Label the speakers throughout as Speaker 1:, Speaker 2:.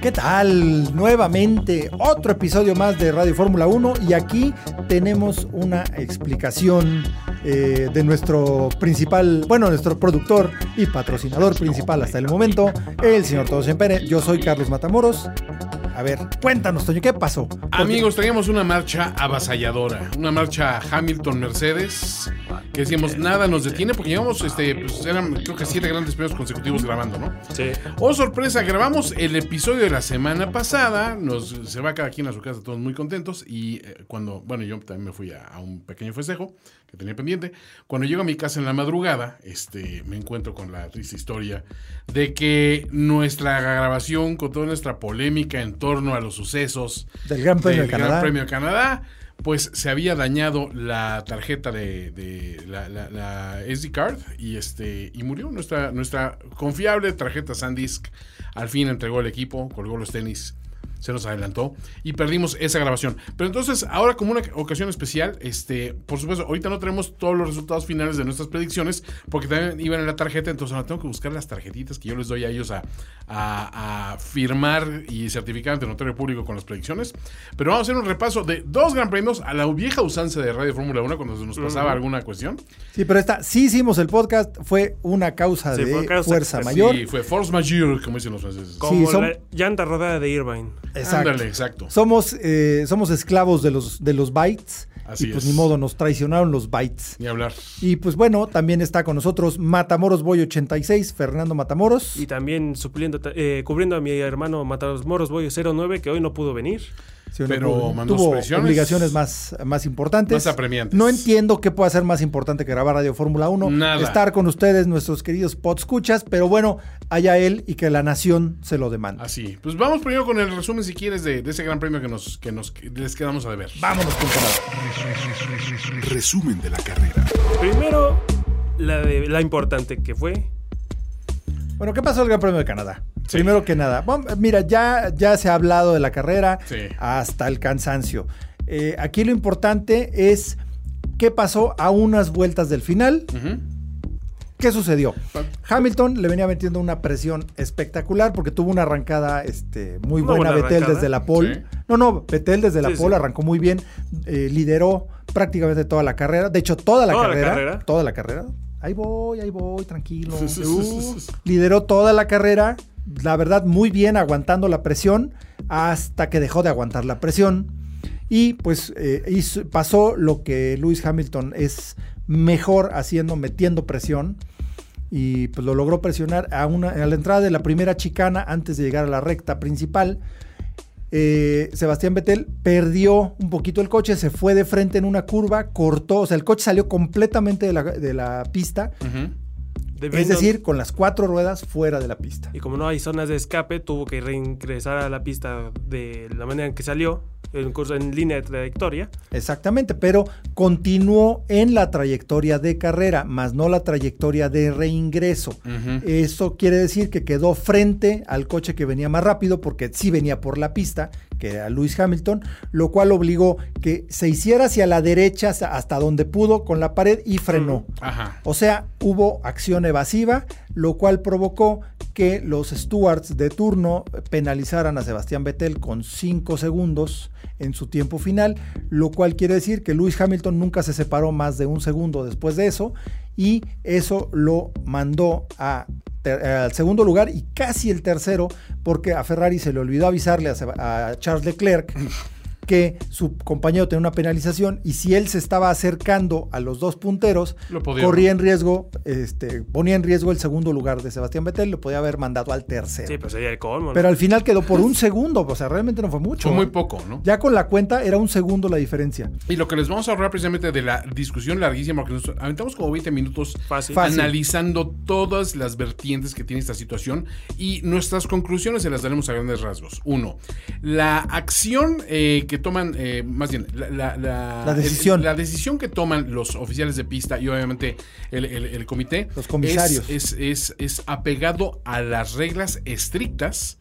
Speaker 1: ¿Qué tal? Nuevamente otro episodio más de Radio Fórmula 1 y aquí tenemos una explicación eh, de nuestro principal, bueno, nuestro productor y patrocinador principal hasta el momento, el señor Todos en Pérez. Yo soy Carlos Matamoros. A ver, cuéntanos, Toño, ¿qué pasó?
Speaker 2: Amigos, teníamos una marcha avasalladora, una marcha Hamilton-Mercedes, que decíamos, nada nos detiene, porque llevamos, este, pues eran creo que siete grandes premios consecutivos grabando, ¿no?
Speaker 3: Sí.
Speaker 2: Oh, sorpresa, grabamos el episodio de la semana pasada, nos, se va cada quien a su casa, todos muy contentos, y eh, cuando, bueno, yo también me fui a, a un pequeño festejo que tenía pendiente, cuando llego a mi casa en la madrugada, este, me encuentro con la triste historia de que nuestra grabación, con toda nuestra polémica en torno a los sucesos
Speaker 1: Del Gran Premio de
Speaker 2: Gran
Speaker 1: Canadá.
Speaker 2: Premio de Canadá, pues se había dañado la tarjeta de, de la, la- la SD card y este y murió nuestra nuestra confiable tarjeta SanDisk. Al fin entregó el equipo, colgó los tenis, se nos adelantó y perdimos esa grabación. Pero entonces ahora como una ocasión especial, este, por supuesto, ahorita no tenemos todos los resultados finales de nuestras predicciones porque también iban en la tarjeta, entonces ahora tengo que buscar las tarjetitas que yo les doy a ellos a, a- a firmar y certificar ante el notario público con las predicciones. Pero vamos a hacer un repaso de dos gran premios a la vieja usanza de Radio Fórmula 1 cuando se nos pasaba alguna cuestión.
Speaker 1: Sí, pero esta, sí hicimos el podcast, fue una causa
Speaker 3: Sí,
Speaker 1: de
Speaker 3: fue causa-
Speaker 1: fuerza
Speaker 3: sí,
Speaker 1: mayor.
Speaker 2: Y fue Force Majeure, como dicen los franceses.
Speaker 3: Como
Speaker 1: son-
Speaker 3: la llanta rodada de Irvine.
Speaker 1: Exacto.
Speaker 2: Ándale, exacto.
Speaker 1: Somos, eh, somos esclavos de los, de los bytes.
Speaker 2: Así
Speaker 1: y pues
Speaker 2: es.
Speaker 1: ni modo, nos traicionaron los bytes.
Speaker 2: Ni hablar.
Speaker 1: Y pues bueno, también está con nosotros Matamoros Boy 86, Fernando Matamoros.
Speaker 3: Y también supliendo, ta- eh, cubriendo a mi hermano Matados Moros Boy 09, que hoy no pudo venir.
Speaker 1: Sí, uno
Speaker 2: Pero
Speaker 1: tuvo-
Speaker 2: mandó
Speaker 1: tuvo
Speaker 2: expresiones
Speaker 1: obligaciones más, más importantes.
Speaker 2: más apremiantes.
Speaker 1: No entiendo qué pueda ser más importante que grabar Radio Fórmula 1.
Speaker 2: Nada.
Speaker 1: Estar con ustedes, nuestros queridos podscuchas, pero bueno, allá él y que la nación se lo demande.
Speaker 2: Así. Pues vamos primero con el resumen, si quieres, de, de ese gran premio que nos, que nos que les quedamos a deber.
Speaker 1: Vámonos con todo.
Speaker 4: Resumen de la carrera.
Speaker 3: Primero, la, de- la importante que fue.
Speaker 1: Bueno, ¿qué pasó en el Gran Premio de Canadá? Primero que nada, vam- mira, ya, ya se ha hablado de la carrera
Speaker 2: Sí.
Speaker 1: hasta el cansancio. Eh, aquí lo importante es qué pasó a unas vueltas del final.
Speaker 2: Ujú.
Speaker 1: ¿Qué sucedió? Hamilton le venía metiendo una presión espectacular porque tuvo una arrancada este, muy
Speaker 3: Una
Speaker 1: buena.
Speaker 3: buena
Speaker 1: Betel
Speaker 3: arrancada.
Speaker 1: desde la pole.
Speaker 2: Sí.
Speaker 1: No, no, Betel desde la
Speaker 3: Sí, sí.
Speaker 1: pole arrancó muy bien. eh, lideró prácticamente toda la carrera. De hecho, toda la,
Speaker 3: Toda la
Speaker 1: carrera,
Speaker 3: carrera.
Speaker 1: Toda la carrera. Ahí voy, ahí voy, tranquilo. Uh, lideró toda la carrera. La verdad, muy bien aguantando la presión hasta que dejó de aguantar la presión. Y pues eh, hizo- pasó lo que Lewis Hamilton es mejor haciendo, metiendo presión. Y pues lo logró presionar a, una, a la entrada de la primera chicana antes de llegar a la recta principal. Eh, Sebastián Vettel perdió un poquito el coche, se fue de frente en una curva, cortó, o sea, el coche salió completamente de la, de la pista,
Speaker 2: Ujú.
Speaker 1: es
Speaker 3: debiendo-
Speaker 1: decir, con las cuatro ruedas fuera de la pista.
Speaker 3: Y como no hay zonas de escape, tuvo que reingresar a la pista de la manera en que salió, en, curso, en línea de trayectoria.
Speaker 1: Exactamente, pero continuó en la trayectoria de carrera, más no la trayectoria de reingreso.
Speaker 2: Ujú.
Speaker 1: Eso quiere decir que quedó frente al coche que venía más rápido, porque sí venía por la pista, que era Lewis Hamilton, lo cual obligó que se hiciera hacia la derecha hasta- hasta donde pudo con la pared y frenó.
Speaker 2: Ajá.
Speaker 1: O sea, hubo acción evasiva, lo cual provocó que los Stewards de turno penalizaran a Sebastián Vettel con 5 segundos en su tiempo final, lo cual quiere decir que Lewis Hamilton nunca se separó más de un segundo después de eso y eso lo mandó a ter- al segundo lugar y casi el tercero porque a Ferrari se le olvidó avisarle a, Seb- a Charles Leclerc que su compañero tenía una penalización y si él se estaba acercando a los dos punteros,
Speaker 2: Lo podía-
Speaker 1: corría en riesgo, este, ponía en riesgo el segundo lugar de Sebastián Vettel, lo podía haber mandado al tercero.
Speaker 3: Sí, pues sería el colmo. ¿no?
Speaker 1: Pero al final quedó por un segundo, o sea, realmente no fue mucho.
Speaker 2: Fue muy
Speaker 1: ¿eh?
Speaker 2: poco, ¿no?
Speaker 1: Ya con la cuenta era un segundo la diferencia.
Speaker 2: Y lo que les vamos a ahorrar precisamente de la discusión larguísima, porque nos aventamos como 20 minutos
Speaker 3: Fácil.
Speaker 1: Fácil.
Speaker 2: analizando todas las vertientes que tiene esta situación y nuestras conclusiones se las daremos a grandes rasgos. Uno, la acción eh, que toman, eh, más bien, la, la- la-
Speaker 1: La decisión.
Speaker 2: el- la decisión que toman los oficiales de pista y obviamente el, el- el comité.
Speaker 1: Los comisarios.
Speaker 2: Es, es, es- es apegado a las reglas estrictas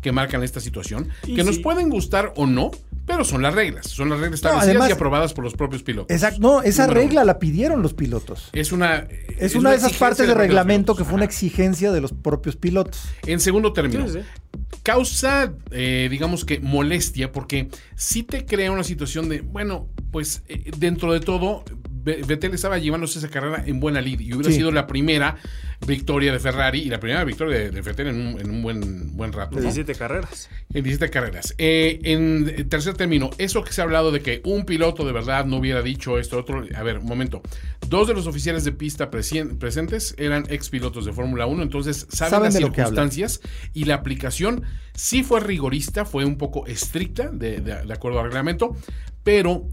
Speaker 2: que marcan esta situación,
Speaker 3: Y
Speaker 2: que nos
Speaker 3: sí.
Speaker 2: pueden gustar o no. Pero son las reglas, son las reglas
Speaker 1: No,
Speaker 2: establecidas
Speaker 1: además-
Speaker 2: y aprobadas por los propios pilotos.
Speaker 1: Exacto, no, esa
Speaker 2: Número
Speaker 1: regla la pidieron los pilotos.
Speaker 2: Es una.
Speaker 1: Es, una de esas
Speaker 2: exigencia
Speaker 1: partes de
Speaker 2: los
Speaker 1: reglamento que
Speaker 2: pilotos.
Speaker 1: fue una
Speaker 2: Ajá.
Speaker 1: exigencia de los propios pilotos.
Speaker 2: En segundo término,
Speaker 3: Sí, sí.
Speaker 2: causa, eh, digamos que molestia, porque sí te crea una situación de, bueno, pues eh, dentro de todo, Be- Vettel estaba llevándose esa carrera en buena lid y hubiera
Speaker 1: Sí.
Speaker 2: sido la primera victoria de Ferrari y la primera victoria de, de Vettel en un, en un buen, buen rato. ¿no?
Speaker 3: 17 carreras.
Speaker 2: En 17 carreras. Eh, en tercer término, eso que se ha hablado de que un piloto de verdad no hubiera dicho esto, otro. A ver, un momento. Dos de los oficiales de pista presien- presentes eran ex pilotos de Fórmula 1, entonces saben,
Speaker 1: Saben
Speaker 2: las
Speaker 1: de lo que hablan.
Speaker 2: circunstancias y la aplicación sí fue rigorista, fue un poco estricta, de, de- de acuerdo al reglamento, pero.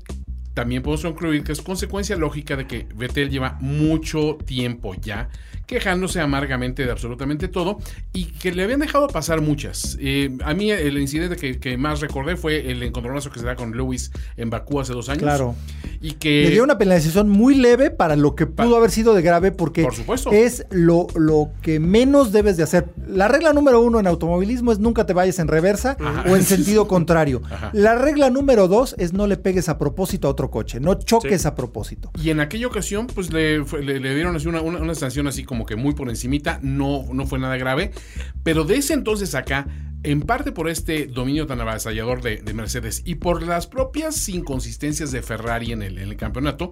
Speaker 2: También podemos concluir que es consecuencia lógica de que Vettel lleva mucho tiempo ya quejándose amargamente de absolutamente todo y que le habían dejado pasar muchas. Eh, a mí el incidente que, que más recordé fue el encontronazo que se da con Lewis en Bakú hace dos años.
Speaker 1: Claro.
Speaker 2: Y que...
Speaker 1: Le dio una penalización muy leve para lo que pudo
Speaker 2: Pa-
Speaker 1: haber sido de grave porque
Speaker 2: Por supuesto.
Speaker 1: es lo, lo que menos debes de hacer. La regla número uno en automovilismo es nunca te vayas en reversa
Speaker 2: Ajá.
Speaker 1: o en sentido contrario.
Speaker 2: Ajá.
Speaker 1: La regla número dos es no le pegues a propósito a otro coche, no choques
Speaker 3: Sí.
Speaker 1: a propósito.
Speaker 2: Y en aquella ocasión, pues le, fue- le, le dieron así una, una- una sanción así como que muy por encimita, no, no fue nada grave. Pero de ese entonces acá, en parte por este dominio tan avasallador de, de Mercedes y por las propias inconsistencias de Ferrari en el, en el campeonato,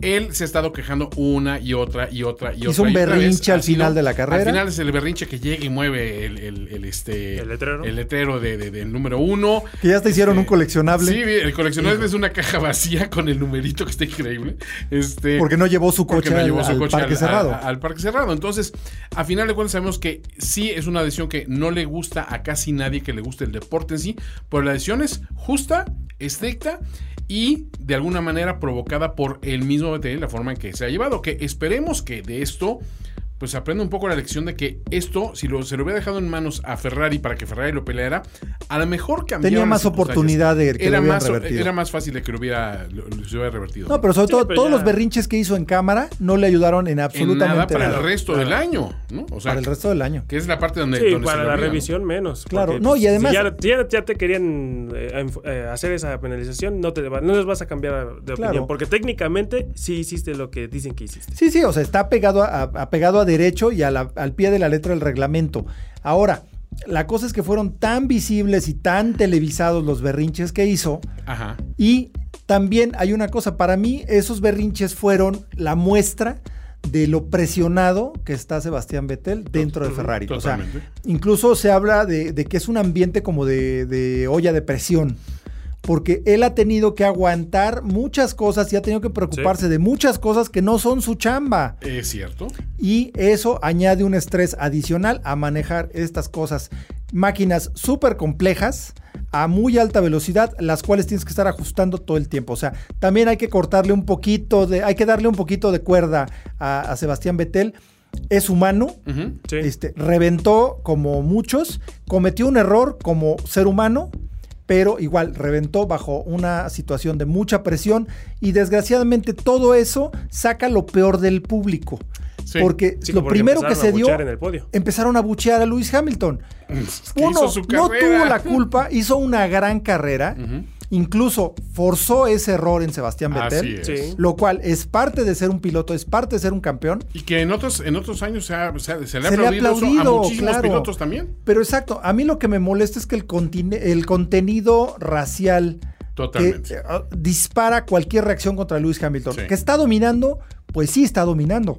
Speaker 2: él se ha estado quejando una y otra y otra y otra.
Speaker 1: Hizo un
Speaker 2: y otra
Speaker 1: berrinche
Speaker 2: vez. Ha
Speaker 1: al final de la carrera.
Speaker 2: Al final es el berrinche que llega y mueve el, el- el, este,
Speaker 3: El letrero.
Speaker 2: el letrero de- de- del número uno.
Speaker 1: Que ya te hicieron un
Speaker 2: Eh,
Speaker 1: coleccionable
Speaker 2: Sí, el coleccionable es una caja vacía con el numerito que está increíble. Este,
Speaker 1: porque no llevó su
Speaker 2: porque
Speaker 1: coche,
Speaker 2: no
Speaker 1: al-
Speaker 2: llevó su
Speaker 1: al,
Speaker 2: coche
Speaker 1: parque
Speaker 2: al-
Speaker 1: cerrado.
Speaker 2: a- al parque cerrado. Entonces, a final de cuentas sabemos que sí es una decisión que no le gusta a casi nadie que le guste el deporte en sí, pero la decisión es justa, estricta y de alguna manera provocada por el mismo BTL, la forma en que se ha llevado, que esperemos que de esto pues aprenda un poco la lección de que esto, si lo, se lo hubiera dejado en manos a Ferrari para que Ferrari lo peleara, a lo mejor cambiaba
Speaker 1: Tenía
Speaker 2: las
Speaker 1: más
Speaker 2: circunstancias.
Speaker 1: oportunidad de que lo
Speaker 2: era,
Speaker 1: hubieran
Speaker 2: más,
Speaker 1: revertido.
Speaker 2: era más fácil de que lo hubiera, lo- lo- se hubiera revertido.
Speaker 1: No, pero sobre
Speaker 3: Sí,
Speaker 1: todo,
Speaker 3: pero
Speaker 1: todos
Speaker 3: ya-
Speaker 1: los berrinches que hizo en cámara no le ayudaron en
Speaker 2: en
Speaker 1: absolutamente
Speaker 2: nada para
Speaker 1: nada.
Speaker 2: el resto del año, ¿no? O sea,
Speaker 1: Para el resto del año.
Speaker 2: que es la parte donde...
Speaker 3: Sí,
Speaker 2: donde
Speaker 3: para
Speaker 2: se
Speaker 3: la
Speaker 2: olvida, ¿no?
Speaker 3: revisión menos.
Speaker 1: Claro,
Speaker 3: porque,
Speaker 1: no,
Speaker 3: pues,
Speaker 1: y además-
Speaker 3: si ya, ya- ya te querían eh, enf- eh, hacer esa penalización, no, te, va- no les vas a cambiar de
Speaker 1: Claro.
Speaker 3: opinión. Porque técnicamente sí hiciste lo que dicen que hiciste.
Speaker 1: Sí, sí, o sea, está pegado a, a- pegado a derecho y a la- al pie de la letra del reglamento. Ahora, la cosa es que fueron tan visibles y tan televisados los berrinches que hizo.
Speaker 2: Ajá.
Speaker 1: Y también hay una cosa, para mí esos berrinches fueron la muestra de lo presionado que está Sebastián Vettel dentro de Ferrari. O sea,
Speaker 2: Totalmente.
Speaker 1: incluso se habla de, de que es un ambiente como de, de olla de presión. Porque él ha tenido que aguantar muchas cosas y ha tenido que preocuparse de muchas cosas que no son su chamba.
Speaker 2: Es cierto.
Speaker 1: Y eso añade un estrés adicional a manejar estas cosas. Máquinas súper complejas a muy alta velocidad, las cuales tienes que estar ajustando todo el tiempo. O sea, también hay que cortarle un poquito de, hay que darle un poquito de cuerda a, a Sebastián Vettel. Es humano,
Speaker 2: Ujú.
Speaker 3: Sí.
Speaker 1: este, reventó como muchos, cometió un error como ser humano, pero igual reventó bajo una situación de mucha presión y desgraciadamente todo eso saca lo peor del público.
Speaker 2: Sí.
Speaker 1: Porque
Speaker 3: Sí,
Speaker 1: lo
Speaker 3: porque
Speaker 1: primero que
Speaker 3: empezaron a
Speaker 1: se dio,
Speaker 3: abuchear en el podio.
Speaker 1: empezaron a buchear a Lewis Hamilton.
Speaker 2: que
Speaker 1: Uno,
Speaker 2: hizo su
Speaker 1: no
Speaker 2: carrera.
Speaker 1: tuvo la culpa, hizo una gran carrera,
Speaker 2: Ujú.
Speaker 1: incluso forzó ese error en Sebastián
Speaker 2: Así
Speaker 1: Vettel,
Speaker 2: es.
Speaker 3: Sí.
Speaker 1: lo cual es parte de ser un piloto, es parte de ser un campeón.
Speaker 2: Y que en otros, en otros años se, ha- se ha- se le ha
Speaker 1: Se le ha
Speaker 2: aplaudido, eso
Speaker 1: aplaudido,
Speaker 2: a muchísimos
Speaker 1: claro.
Speaker 2: pilotos también.
Speaker 1: Pero exacto, a mí lo que me molesta es que el, contine- el contenido racial que,
Speaker 2: Totalmente.
Speaker 1: eh, ah, dispara cualquier reacción contra Lewis Hamilton.
Speaker 2: Sí.
Speaker 1: Que está dominando, pues sí está dominando.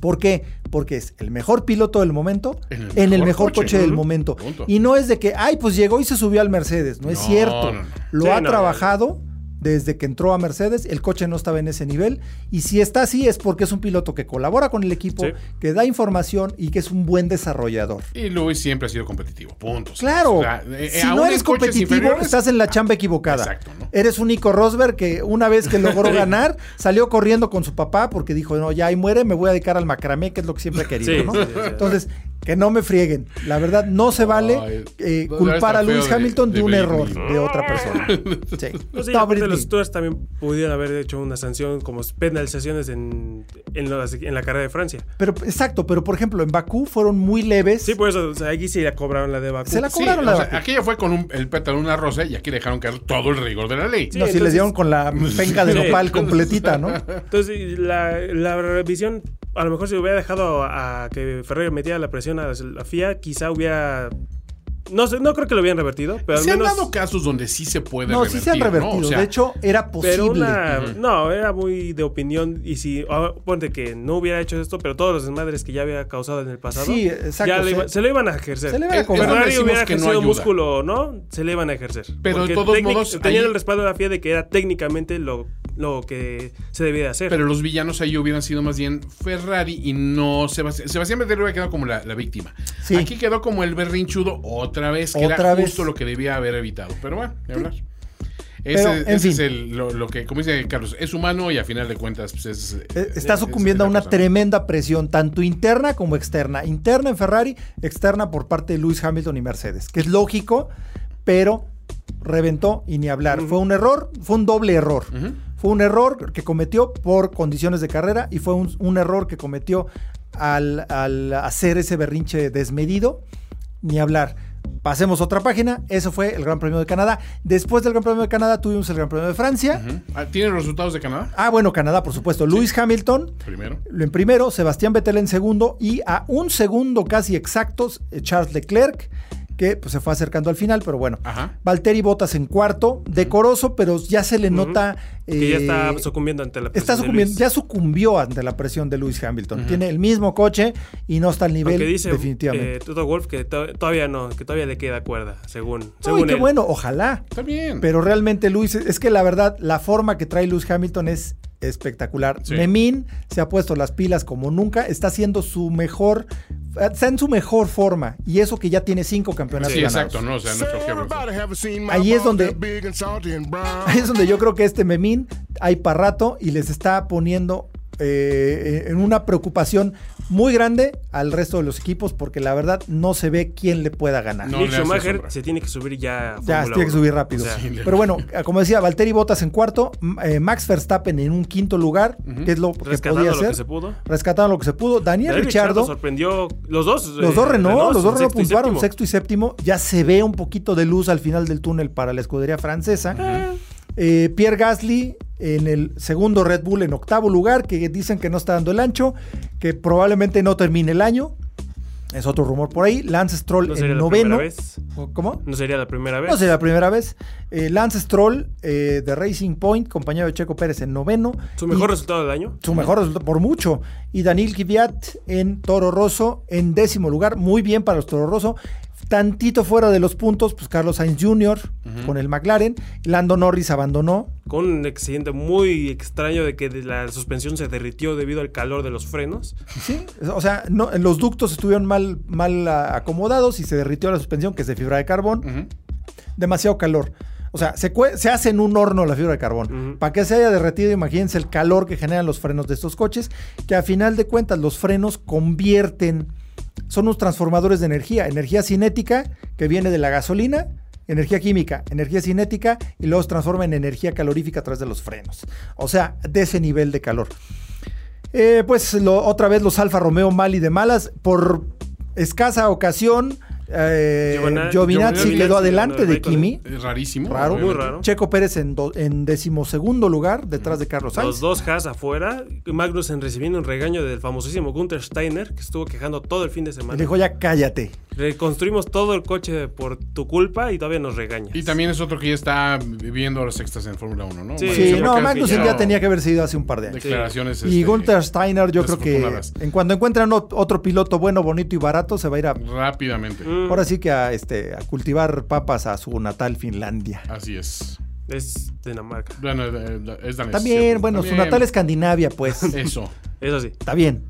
Speaker 1: ¿Por qué? Porque es el mejor piloto del momento,
Speaker 2: En
Speaker 1: en
Speaker 2: el
Speaker 1: el
Speaker 2: mejor
Speaker 1: mejor,
Speaker 2: coche.
Speaker 1: coche, del
Speaker 2: Ujú.
Speaker 1: momento.
Speaker 2: Punto.
Speaker 1: Y no es de que, ay, pues llegó y se subió al Mercedes. No, es
Speaker 2: No,
Speaker 1: cierto.
Speaker 2: no, no.
Speaker 1: Lo
Speaker 3: Sí,
Speaker 1: ha
Speaker 3: no.
Speaker 1: trabajado desde que entró a Mercedes. El coche no estaba en ese nivel. Y si está así, es porque es un piloto que colabora con el equipo,
Speaker 3: Sí.
Speaker 1: que da información y que es un buen desarrollador.
Speaker 2: Y Luis siempre ha sido competitivo. Punto.
Speaker 1: Claro.
Speaker 2: O sea, eh,
Speaker 1: si
Speaker 2: eh, aún
Speaker 1: no
Speaker 2: en
Speaker 1: eres
Speaker 2: coches
Speaker 1: competitivo,
Speaker 2: inferiores-
Speaker 1: estás en la chamba equivocada.
Speaker 2: Exacto, ¿no?
Speaker 1: Eres un Nico Rosberg que una vez que logró ganar, salió corriendo con su papá porque dijo, no, ya ahí muere, me voy a dedicar al macramé, que es lo que siempre he querido,
Speaker 3: Sí,
Speaker 1: ¿no?
Speaker 3: sí, sí, sí.
Speaker 1: Entonces, que no me frieguen. La verdad, no se vale
Speaker 2: Ay,
Speaker 1: eh,
Speaker 2: no,
Speaker 1: culpar
Speaker 2: está
Speaker 1: a Lewis
Speaker 2: feo de-
Speaker 1: Hamilton de,
Speaker 2: de
Speaker 1: un
Speaker 2: Britney,
Speaker 1: error
Speaker 2: ¿no?
Speaker 1: de otra persona. Sí.
Speaker 3: No sé,
Speaker 1: Está
Speaker 3: yo creo que
Speaker 1: Britney.
Speaker 3: Pues los tutores también pudieran haber hecho una sanción como penalizaciones en, en, las- en la carrera de Francia.
Speaker 1: Pero, exacto, pero por ejemplo, en Bakú fueron muy leves.
Speaker 2: pues,
Speaker 3: Sí, por eso, o sea, aquí sí la cobraron la de Bakú.
Speaker 1: Se la
Speaker 2: Sí,
Speaker 1: cobraron
Speaker 2: o
Speaker 1: la
Speaker 2: sea,
Speaker 1: Bakú.
Speaker 2: aquella fue con un- el pétalo de una rosa y aquí dejaron caer todo el rigor de la ley.
Speaker 3: Sí,
Speaker 1: no, sí,
Speaker 3: entonces-
Speaker 1: les dieron con la penca de
Speaker 3: Sí.
Speaker 1: nopal completita, ¿no?
Speaker 3: Entonces, la, la revisión, a lo mejor si hubiera dejado a, a que Ferrer metiera la presión a la FIA, quizá hubiera... No sé, no creo que lo hubieran revertido, pero al
Speaker 2: se
Speaker 3: menos...
Speaker 2: han dado casos donde sí se puede
Speaker 1: No, sí se han
Speaker 2: revertir, ¿no?
Speaker 1: revertido.
Speaker 2: O sea,
Speaker 1: de hecho, era posible.
Speaker 3: Pero una, no, era muy de opinión. Y si, ah, ponte que no hubiera hecho esto, pero todos los desmadres que ya había causado en el pasado,
Speaker 1: Sí, exacto,
Speaker 3: ya lo
Speaker 1: se-
Speaker 3: iba- se lo iban a ejercer.
Speaker 1: se le van
Speaker 2: es-
Speaker 1: a
Speaker 2: es donde
Speaker 1: cobrar.
Speaker 3: Ferrari
Speaker 2: decimos
Speaker 3: hubiera
Speaker 2: que no
Speaker 3: ejercido
Speaker 2: ayuda.
Speaker 3: músculo o no, se le iban a ejercer.
Speaker 2: Pero de
Speaker 3: Porque
Speaker 2: todos
Speaker 3: técnic-
Speaker 2: modos,
Speaker 3: Tenían
Speaker 2: ahí-
Speaker 3: el respaldo de la FIA de que era técnicamente lo, lo que se debía de hacer.
Speaker 2: Pero los villanos ahí hubieran sido más bien Ferrari y no Sebastián. Sebastián Vettel hubiera quedado como la, la víctima.
Speaker 1: Sí.
Speaker 2: Aquí quedó como el berrinchudo otra vez, que era
Speaker 1: Otra vez.
Speaker 2: justo lo que debía haber evitado. Pero bueno, ni hablar.
Speaker 1: Pero,
Speaker 2: Ese,
Speaker 1: en
Speaker 2: ese
Speaker 1: fin.
Speaker 2: es el- lo, lo que, como dice Carlos, es humano y a final de cuentas pues, es-
Speaker 1: Eh,
Speaker 2: es-
Speaker 1: Está
Speaker 2: es-
Speaker 1: sucumbiendo a
Speaker 2: es la
Speaker 1: una
Speaker 2: cosa, ¿no?
Speaker 1: tremenda presión, tanto interna como externa. Interna en Ferrari, externa por parte de Lewis Hamilton y Mercedes, que es lógico, pero reventó y ni hablar. Fue un error, fue un doble error. Fue un error que cometió por condiciones de carrera y fue un, un error que cometió al, al hacer ese berrinche desmedido ni hablar. Pasemos a otra página. Eso fue el Gran Premio de Canadá. Después del Gran Premio de Canadá tuvimos el Gran Premio de Francia.
Speaker 2: Ujú. Ah, ¿Tienen los resultados de Canadá?
Speaker 1: Ah, bueno, Canadá, por supuesto. Lewis Hamilton
Speaker 2: Primero.
Speaker 1: lo en primero, Sebastián Vettel en segundo y a un segundo casi exactos eh, Charles Leclerc, que pues, se fue acercando al final, pero bueno.
Speaker 2: Ajá.
Speaker 1: Valtteri Bottas en cuarto, decoroso, pero ya se le nota...
Speaker 3: que ya está
Speaker 1: eh,
Speaker 3: sucumbiendo ante la
Speaker 1: está
Speaker 3: presión. de
Speaker 1: sucumbiendo-
Speaker 3: Luis.
Speaker 1: ya sucumbió ante la presión de Lewis Hamilton. Tiene el mismo coche y no está al nivel
Speaker 3: Aunque dice
Speaker 1: definitivamente.
Speaker 3: eh, Toto Wolf que to- todavía no, que todavía le queda cuerda, según,
Speaker 1: Uy,
Speaker 3: según
Speaker 1: qué
Speaker 3: él.
Speaker 1: bueno, ojalá.
Speaker 2: Está bien.
Speaker 1: Pero realmente Luis, es que la verdad, la forma que trae Lewis Hamilton es espectacular.
Speaker 2: Sí.
Speaker 1: Memín se ha puesto las pilas como nunca, está haciendo su mejor, está en su mejor forma. Y eso que ya tiene cinco campeonatos
Speaker 2: sí,
Speaker 1: ganados.
Speaker 2: exacto, ¿no? O sea, no creo que-
Speaker 1: Ahí es donde- Ahí es donde yo creo que este Memín hay para rato y les está poniendo eh, en una preocupación muy grande al resto de los equipos porque la verdad no se ve quién le pueda ganar.
Speaker 2: No
Speaker 3: Mick
Speaker 2: le hace
Speaker 3: Schumacher
Speaker 2: sombra.
Speaker 3: se tiene que subir ya. a
Speaker 1: Ya,
Speaker 3: Fórmula
Speaker 1: tiene que
Speaker 3: Uno.
Speaker 1: subir rápido.
Speaker 3: O sea,
Speaker 2: le-
Speaker 1: Pero bueno, como decía, Valtteri Bottas en cuarto, m- eh, Max Verstappen en un quinto lugar, que es lo que
Speaker 3: rescatando
Speaker 1: podía
Speaker 3: lo
Speaker 1: hacer.
Speaker 3: que se pudo.
Speaker 1: Rescataron lo que se pudo. Daniel
Speaker 3: Daniel
Speaker 1: Richardo,
Speaker 3: Ricciardo sorprendió. Los dos.
Speaker 1: los dos
Speaker 3: eh,
Speaker 1: Renault, los dos
Speaker 3: en
Speaker 1: Renault
Speaker 3: sexto y
Speaker 1: puntuaron
Speaker 3: séptimo.
Speaker 1: sexto y séptimo. Ya se ve un poquito de luz al final del túnel para la escudería francesa. Eh, Pierre Gasly en el segundo Red Bull en octavo lugar, que dicen que no está dando el ancho, que probablemente no termine el año. Es otro rumor por ahí. Lance Stroll
Speaker 3: No sería
Speaker 1: en
Speaker 3: la primera
Speaker 1: noveno.
Speaker 3: vez.
Speaker 1: ¿Cómo?
Speaker 3: No sería la primera vez.
Speaker 1: No sería la primera vez. Eh, Lance Stroll eh, de Racing Point, compañero de Checo Pérez en noveno.
Speaker 3: Su mejor
Speaker 1: Y-
Speaker 3: resultado del año.
Speaker 1: Su mejor resultado por mucho. Y Daniel Kvyat en Toro Rosso en décimo lugar. Muy bien para los Toro Rosso. Tantito fuera de los puntos, pues Carlos Sainz Jr. con el McLaren. Lando Norris abandonó.
Speaker 3: Con un accidente muy extraño de que de la suspensión se derritió debido al calor de los frenos.
Speaker 1: Sí, o sea, no, los ductos estuvieron mal, mal ah, acomodados y se derritió la suspensión, que es de fibra de carbón.
Speaker 2: Ujú.
Speaker 1: demasiado calor. O sea, se, cue- se hace en un horno la fibra de carbón.
Speaker 3: Ujú.
Speaker 1: Para que se haya derretido, imagínense el calor que generan los frenos de estos coches, que a final de cuentas los frenos convierten, son unos transformadores de energía, energía cinética que viene de la gasolina, energía química, energía cinética y luego se transforma en energía calorífica a través de los frenos. O sea, de ese nivel de calor. Eh, pues lo- otra vez los Alfa Romeo mal y de malas. Por escasa ocasión, Eh,
Speaker 3: Giovana-
Speaker 1: Giovinazzi
Speaker 3: Giovinazzi
Speaker 1: quedó
Speaker 3: quedó
Speaker 1: adelante de
Speaker 3: adelante.
Speaker 1: Kimi.
Speaker 2: Es rarísimo.
Speaker 1: Raro.
Speaker 3: Muy
Speaker 2: obviamente.
Speaker 3: raro.
Speaker 1: Checo Pérez en, do- en decimosegundo lugar, detrás de Carlos Sainz.
Speaker 3: Los dos Haas afuera. Magnussen recibiendo un regaño del famosísimo Gunther Steiner, que estuvo quejando todo el fin de
Speaker 1: Y le
Speaker 3: semana.
Speaker 1: dijo ya cállate.
Speaker 3: Reconstruimos todo el coche por tu culpa y todavía nos regañas.
Speaker 2: Y también es otro que ya está viviendo las sextas en Fórmula 1, ¿no?
Speaker 3: Sí.
Speaker 1: Sí,
Speaker 2: yo creo
Speaker 1: no,
Speaker 2: que
Speaker 1: Magnussen
Speaker 3: ya-
Speaker 1: ya tenía que haber sido hace un par de años.
Speaker 2: Declaraciones.
Speaker 1: Y
Speaker 2: este,
Speaker 1: Gunther Steiner, yo creo que
Speaker 2: desafortunadas.
Speaker 1: en cuanto encuentran ot- otro piloto bueno, bonito y barato, se va a ir a,
Speaker 2: Rápidamente.
Speaker 3: Mm,
Speaker 1: ahora sí que a, este, a cultivar papas a su natal Finlandia.
Speaker 2: Así es.
Speaker 3: Es Dinamarca.
Speaker 2: Bueno, eh, eh, es danés.
Speaker 1: También,
Speaker 2: cierto.
Speaker 1: bueno, su
Speaker 2: También.
Speaker 1: natal Escandinavia, pues.
Speaker 2: Eso.
Speaker 3: Eso sí.
Speaker 1: Está bien.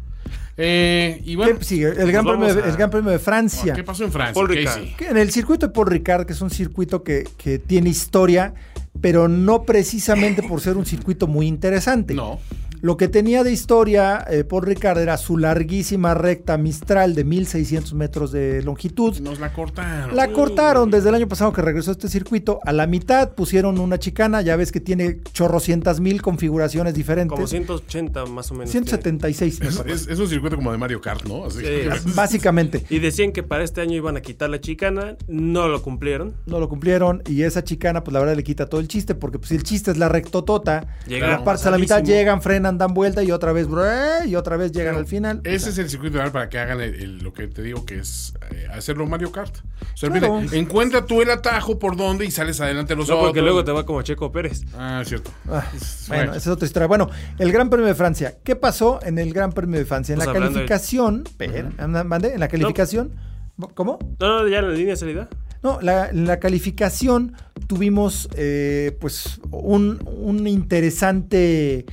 Speaker 2: Eh, y bueno,
Speaker 1: ¿Qué sigue? El gran,
Speaker 3: vamos
Speaker 1: premio, de-
Speaker 3: a-
Speaker 1: el gran premio de Francia.
Speaker 2: ¿qué pasó en Francia?
Speaker 3: Paul
Speaker 2: Casey?
Speaker 3: Ricard.
Speaker 1: Que En el circuito de Paul Ricard, que es un circuito que, que tiene historia, pero no precisamente por ser un circuito muy interesante.
Speaker 2: No.
Speaker 1: Lo que tenía de historia eh, Paul Ricard era su larguísima recta Mistral de 1600 metros de longitud.
Speaker 2: Nos la cortaron.
Speaker 1: La cortaron desde el año pasado que regresó este circuito. A la mitad pusieron una chicana. Ya ves que tiene chorrocientas mil configuraciones diferentes.
Speaker 3: Como 180 más o menos. tiene.
Speaker 1: 176, me
Speaker 2: Es,
Speaker 1: parece.
Speaker 2: es- es un circuito como de Mario Kart, ¿no? Así que-
Speaker 3: Sí.
Speaker 1: básicamente.
Speaker 3: Y decían que para este año iban a quitar la chicana. No lo cumplieron.
Speaker 1: No lo cumplieron y esa chicana, pues la verdad le quita todo el chiste, porque pues si el chiste es la rectotota,
Speaker 3: Llegaron
Speaker 1: la parte a la mitad
Speaker 3: pasadísimo.
Speaker 1: llegan, frenan, dan vuelta y otra vez, ¡brué! y otra vez llegan al final.
Speaker 2: Ese
Speaker 1: O
Speaker 2: es el circuito ideal para que hagan el- el- lo que te digo que es eh, hacerlo Mario Kart. O sea,
Speaker 1: Claro.
Speaker 2: mire, encuentra tú el atajo por donde y sales adelante los
Speaker 3: No, porque
Speaker 2: otros.
Speaker 3: luego te va como Checo Pérez.
Speaker 2: Ah, es cierto.
Speaker 1: sea, ah, bueno,
Speaker 2: Bueno.
Speaker 1: esa es otra historia. Bueno, el Gran Premio de Francia. ¿Qué pasó en el Gran Premio de Francia? En
Speaker 3: Pues
Speaker 1: la
Speaker 3: hablando de-
Speaker 1: calificación, espera, anda, mande, en la calificación, ¿cómo?
Speaker 3: No, no, ya en la línea de salida.
Speaker 1: No, la, en la calificación tuvimos eh, pues un, un interesante.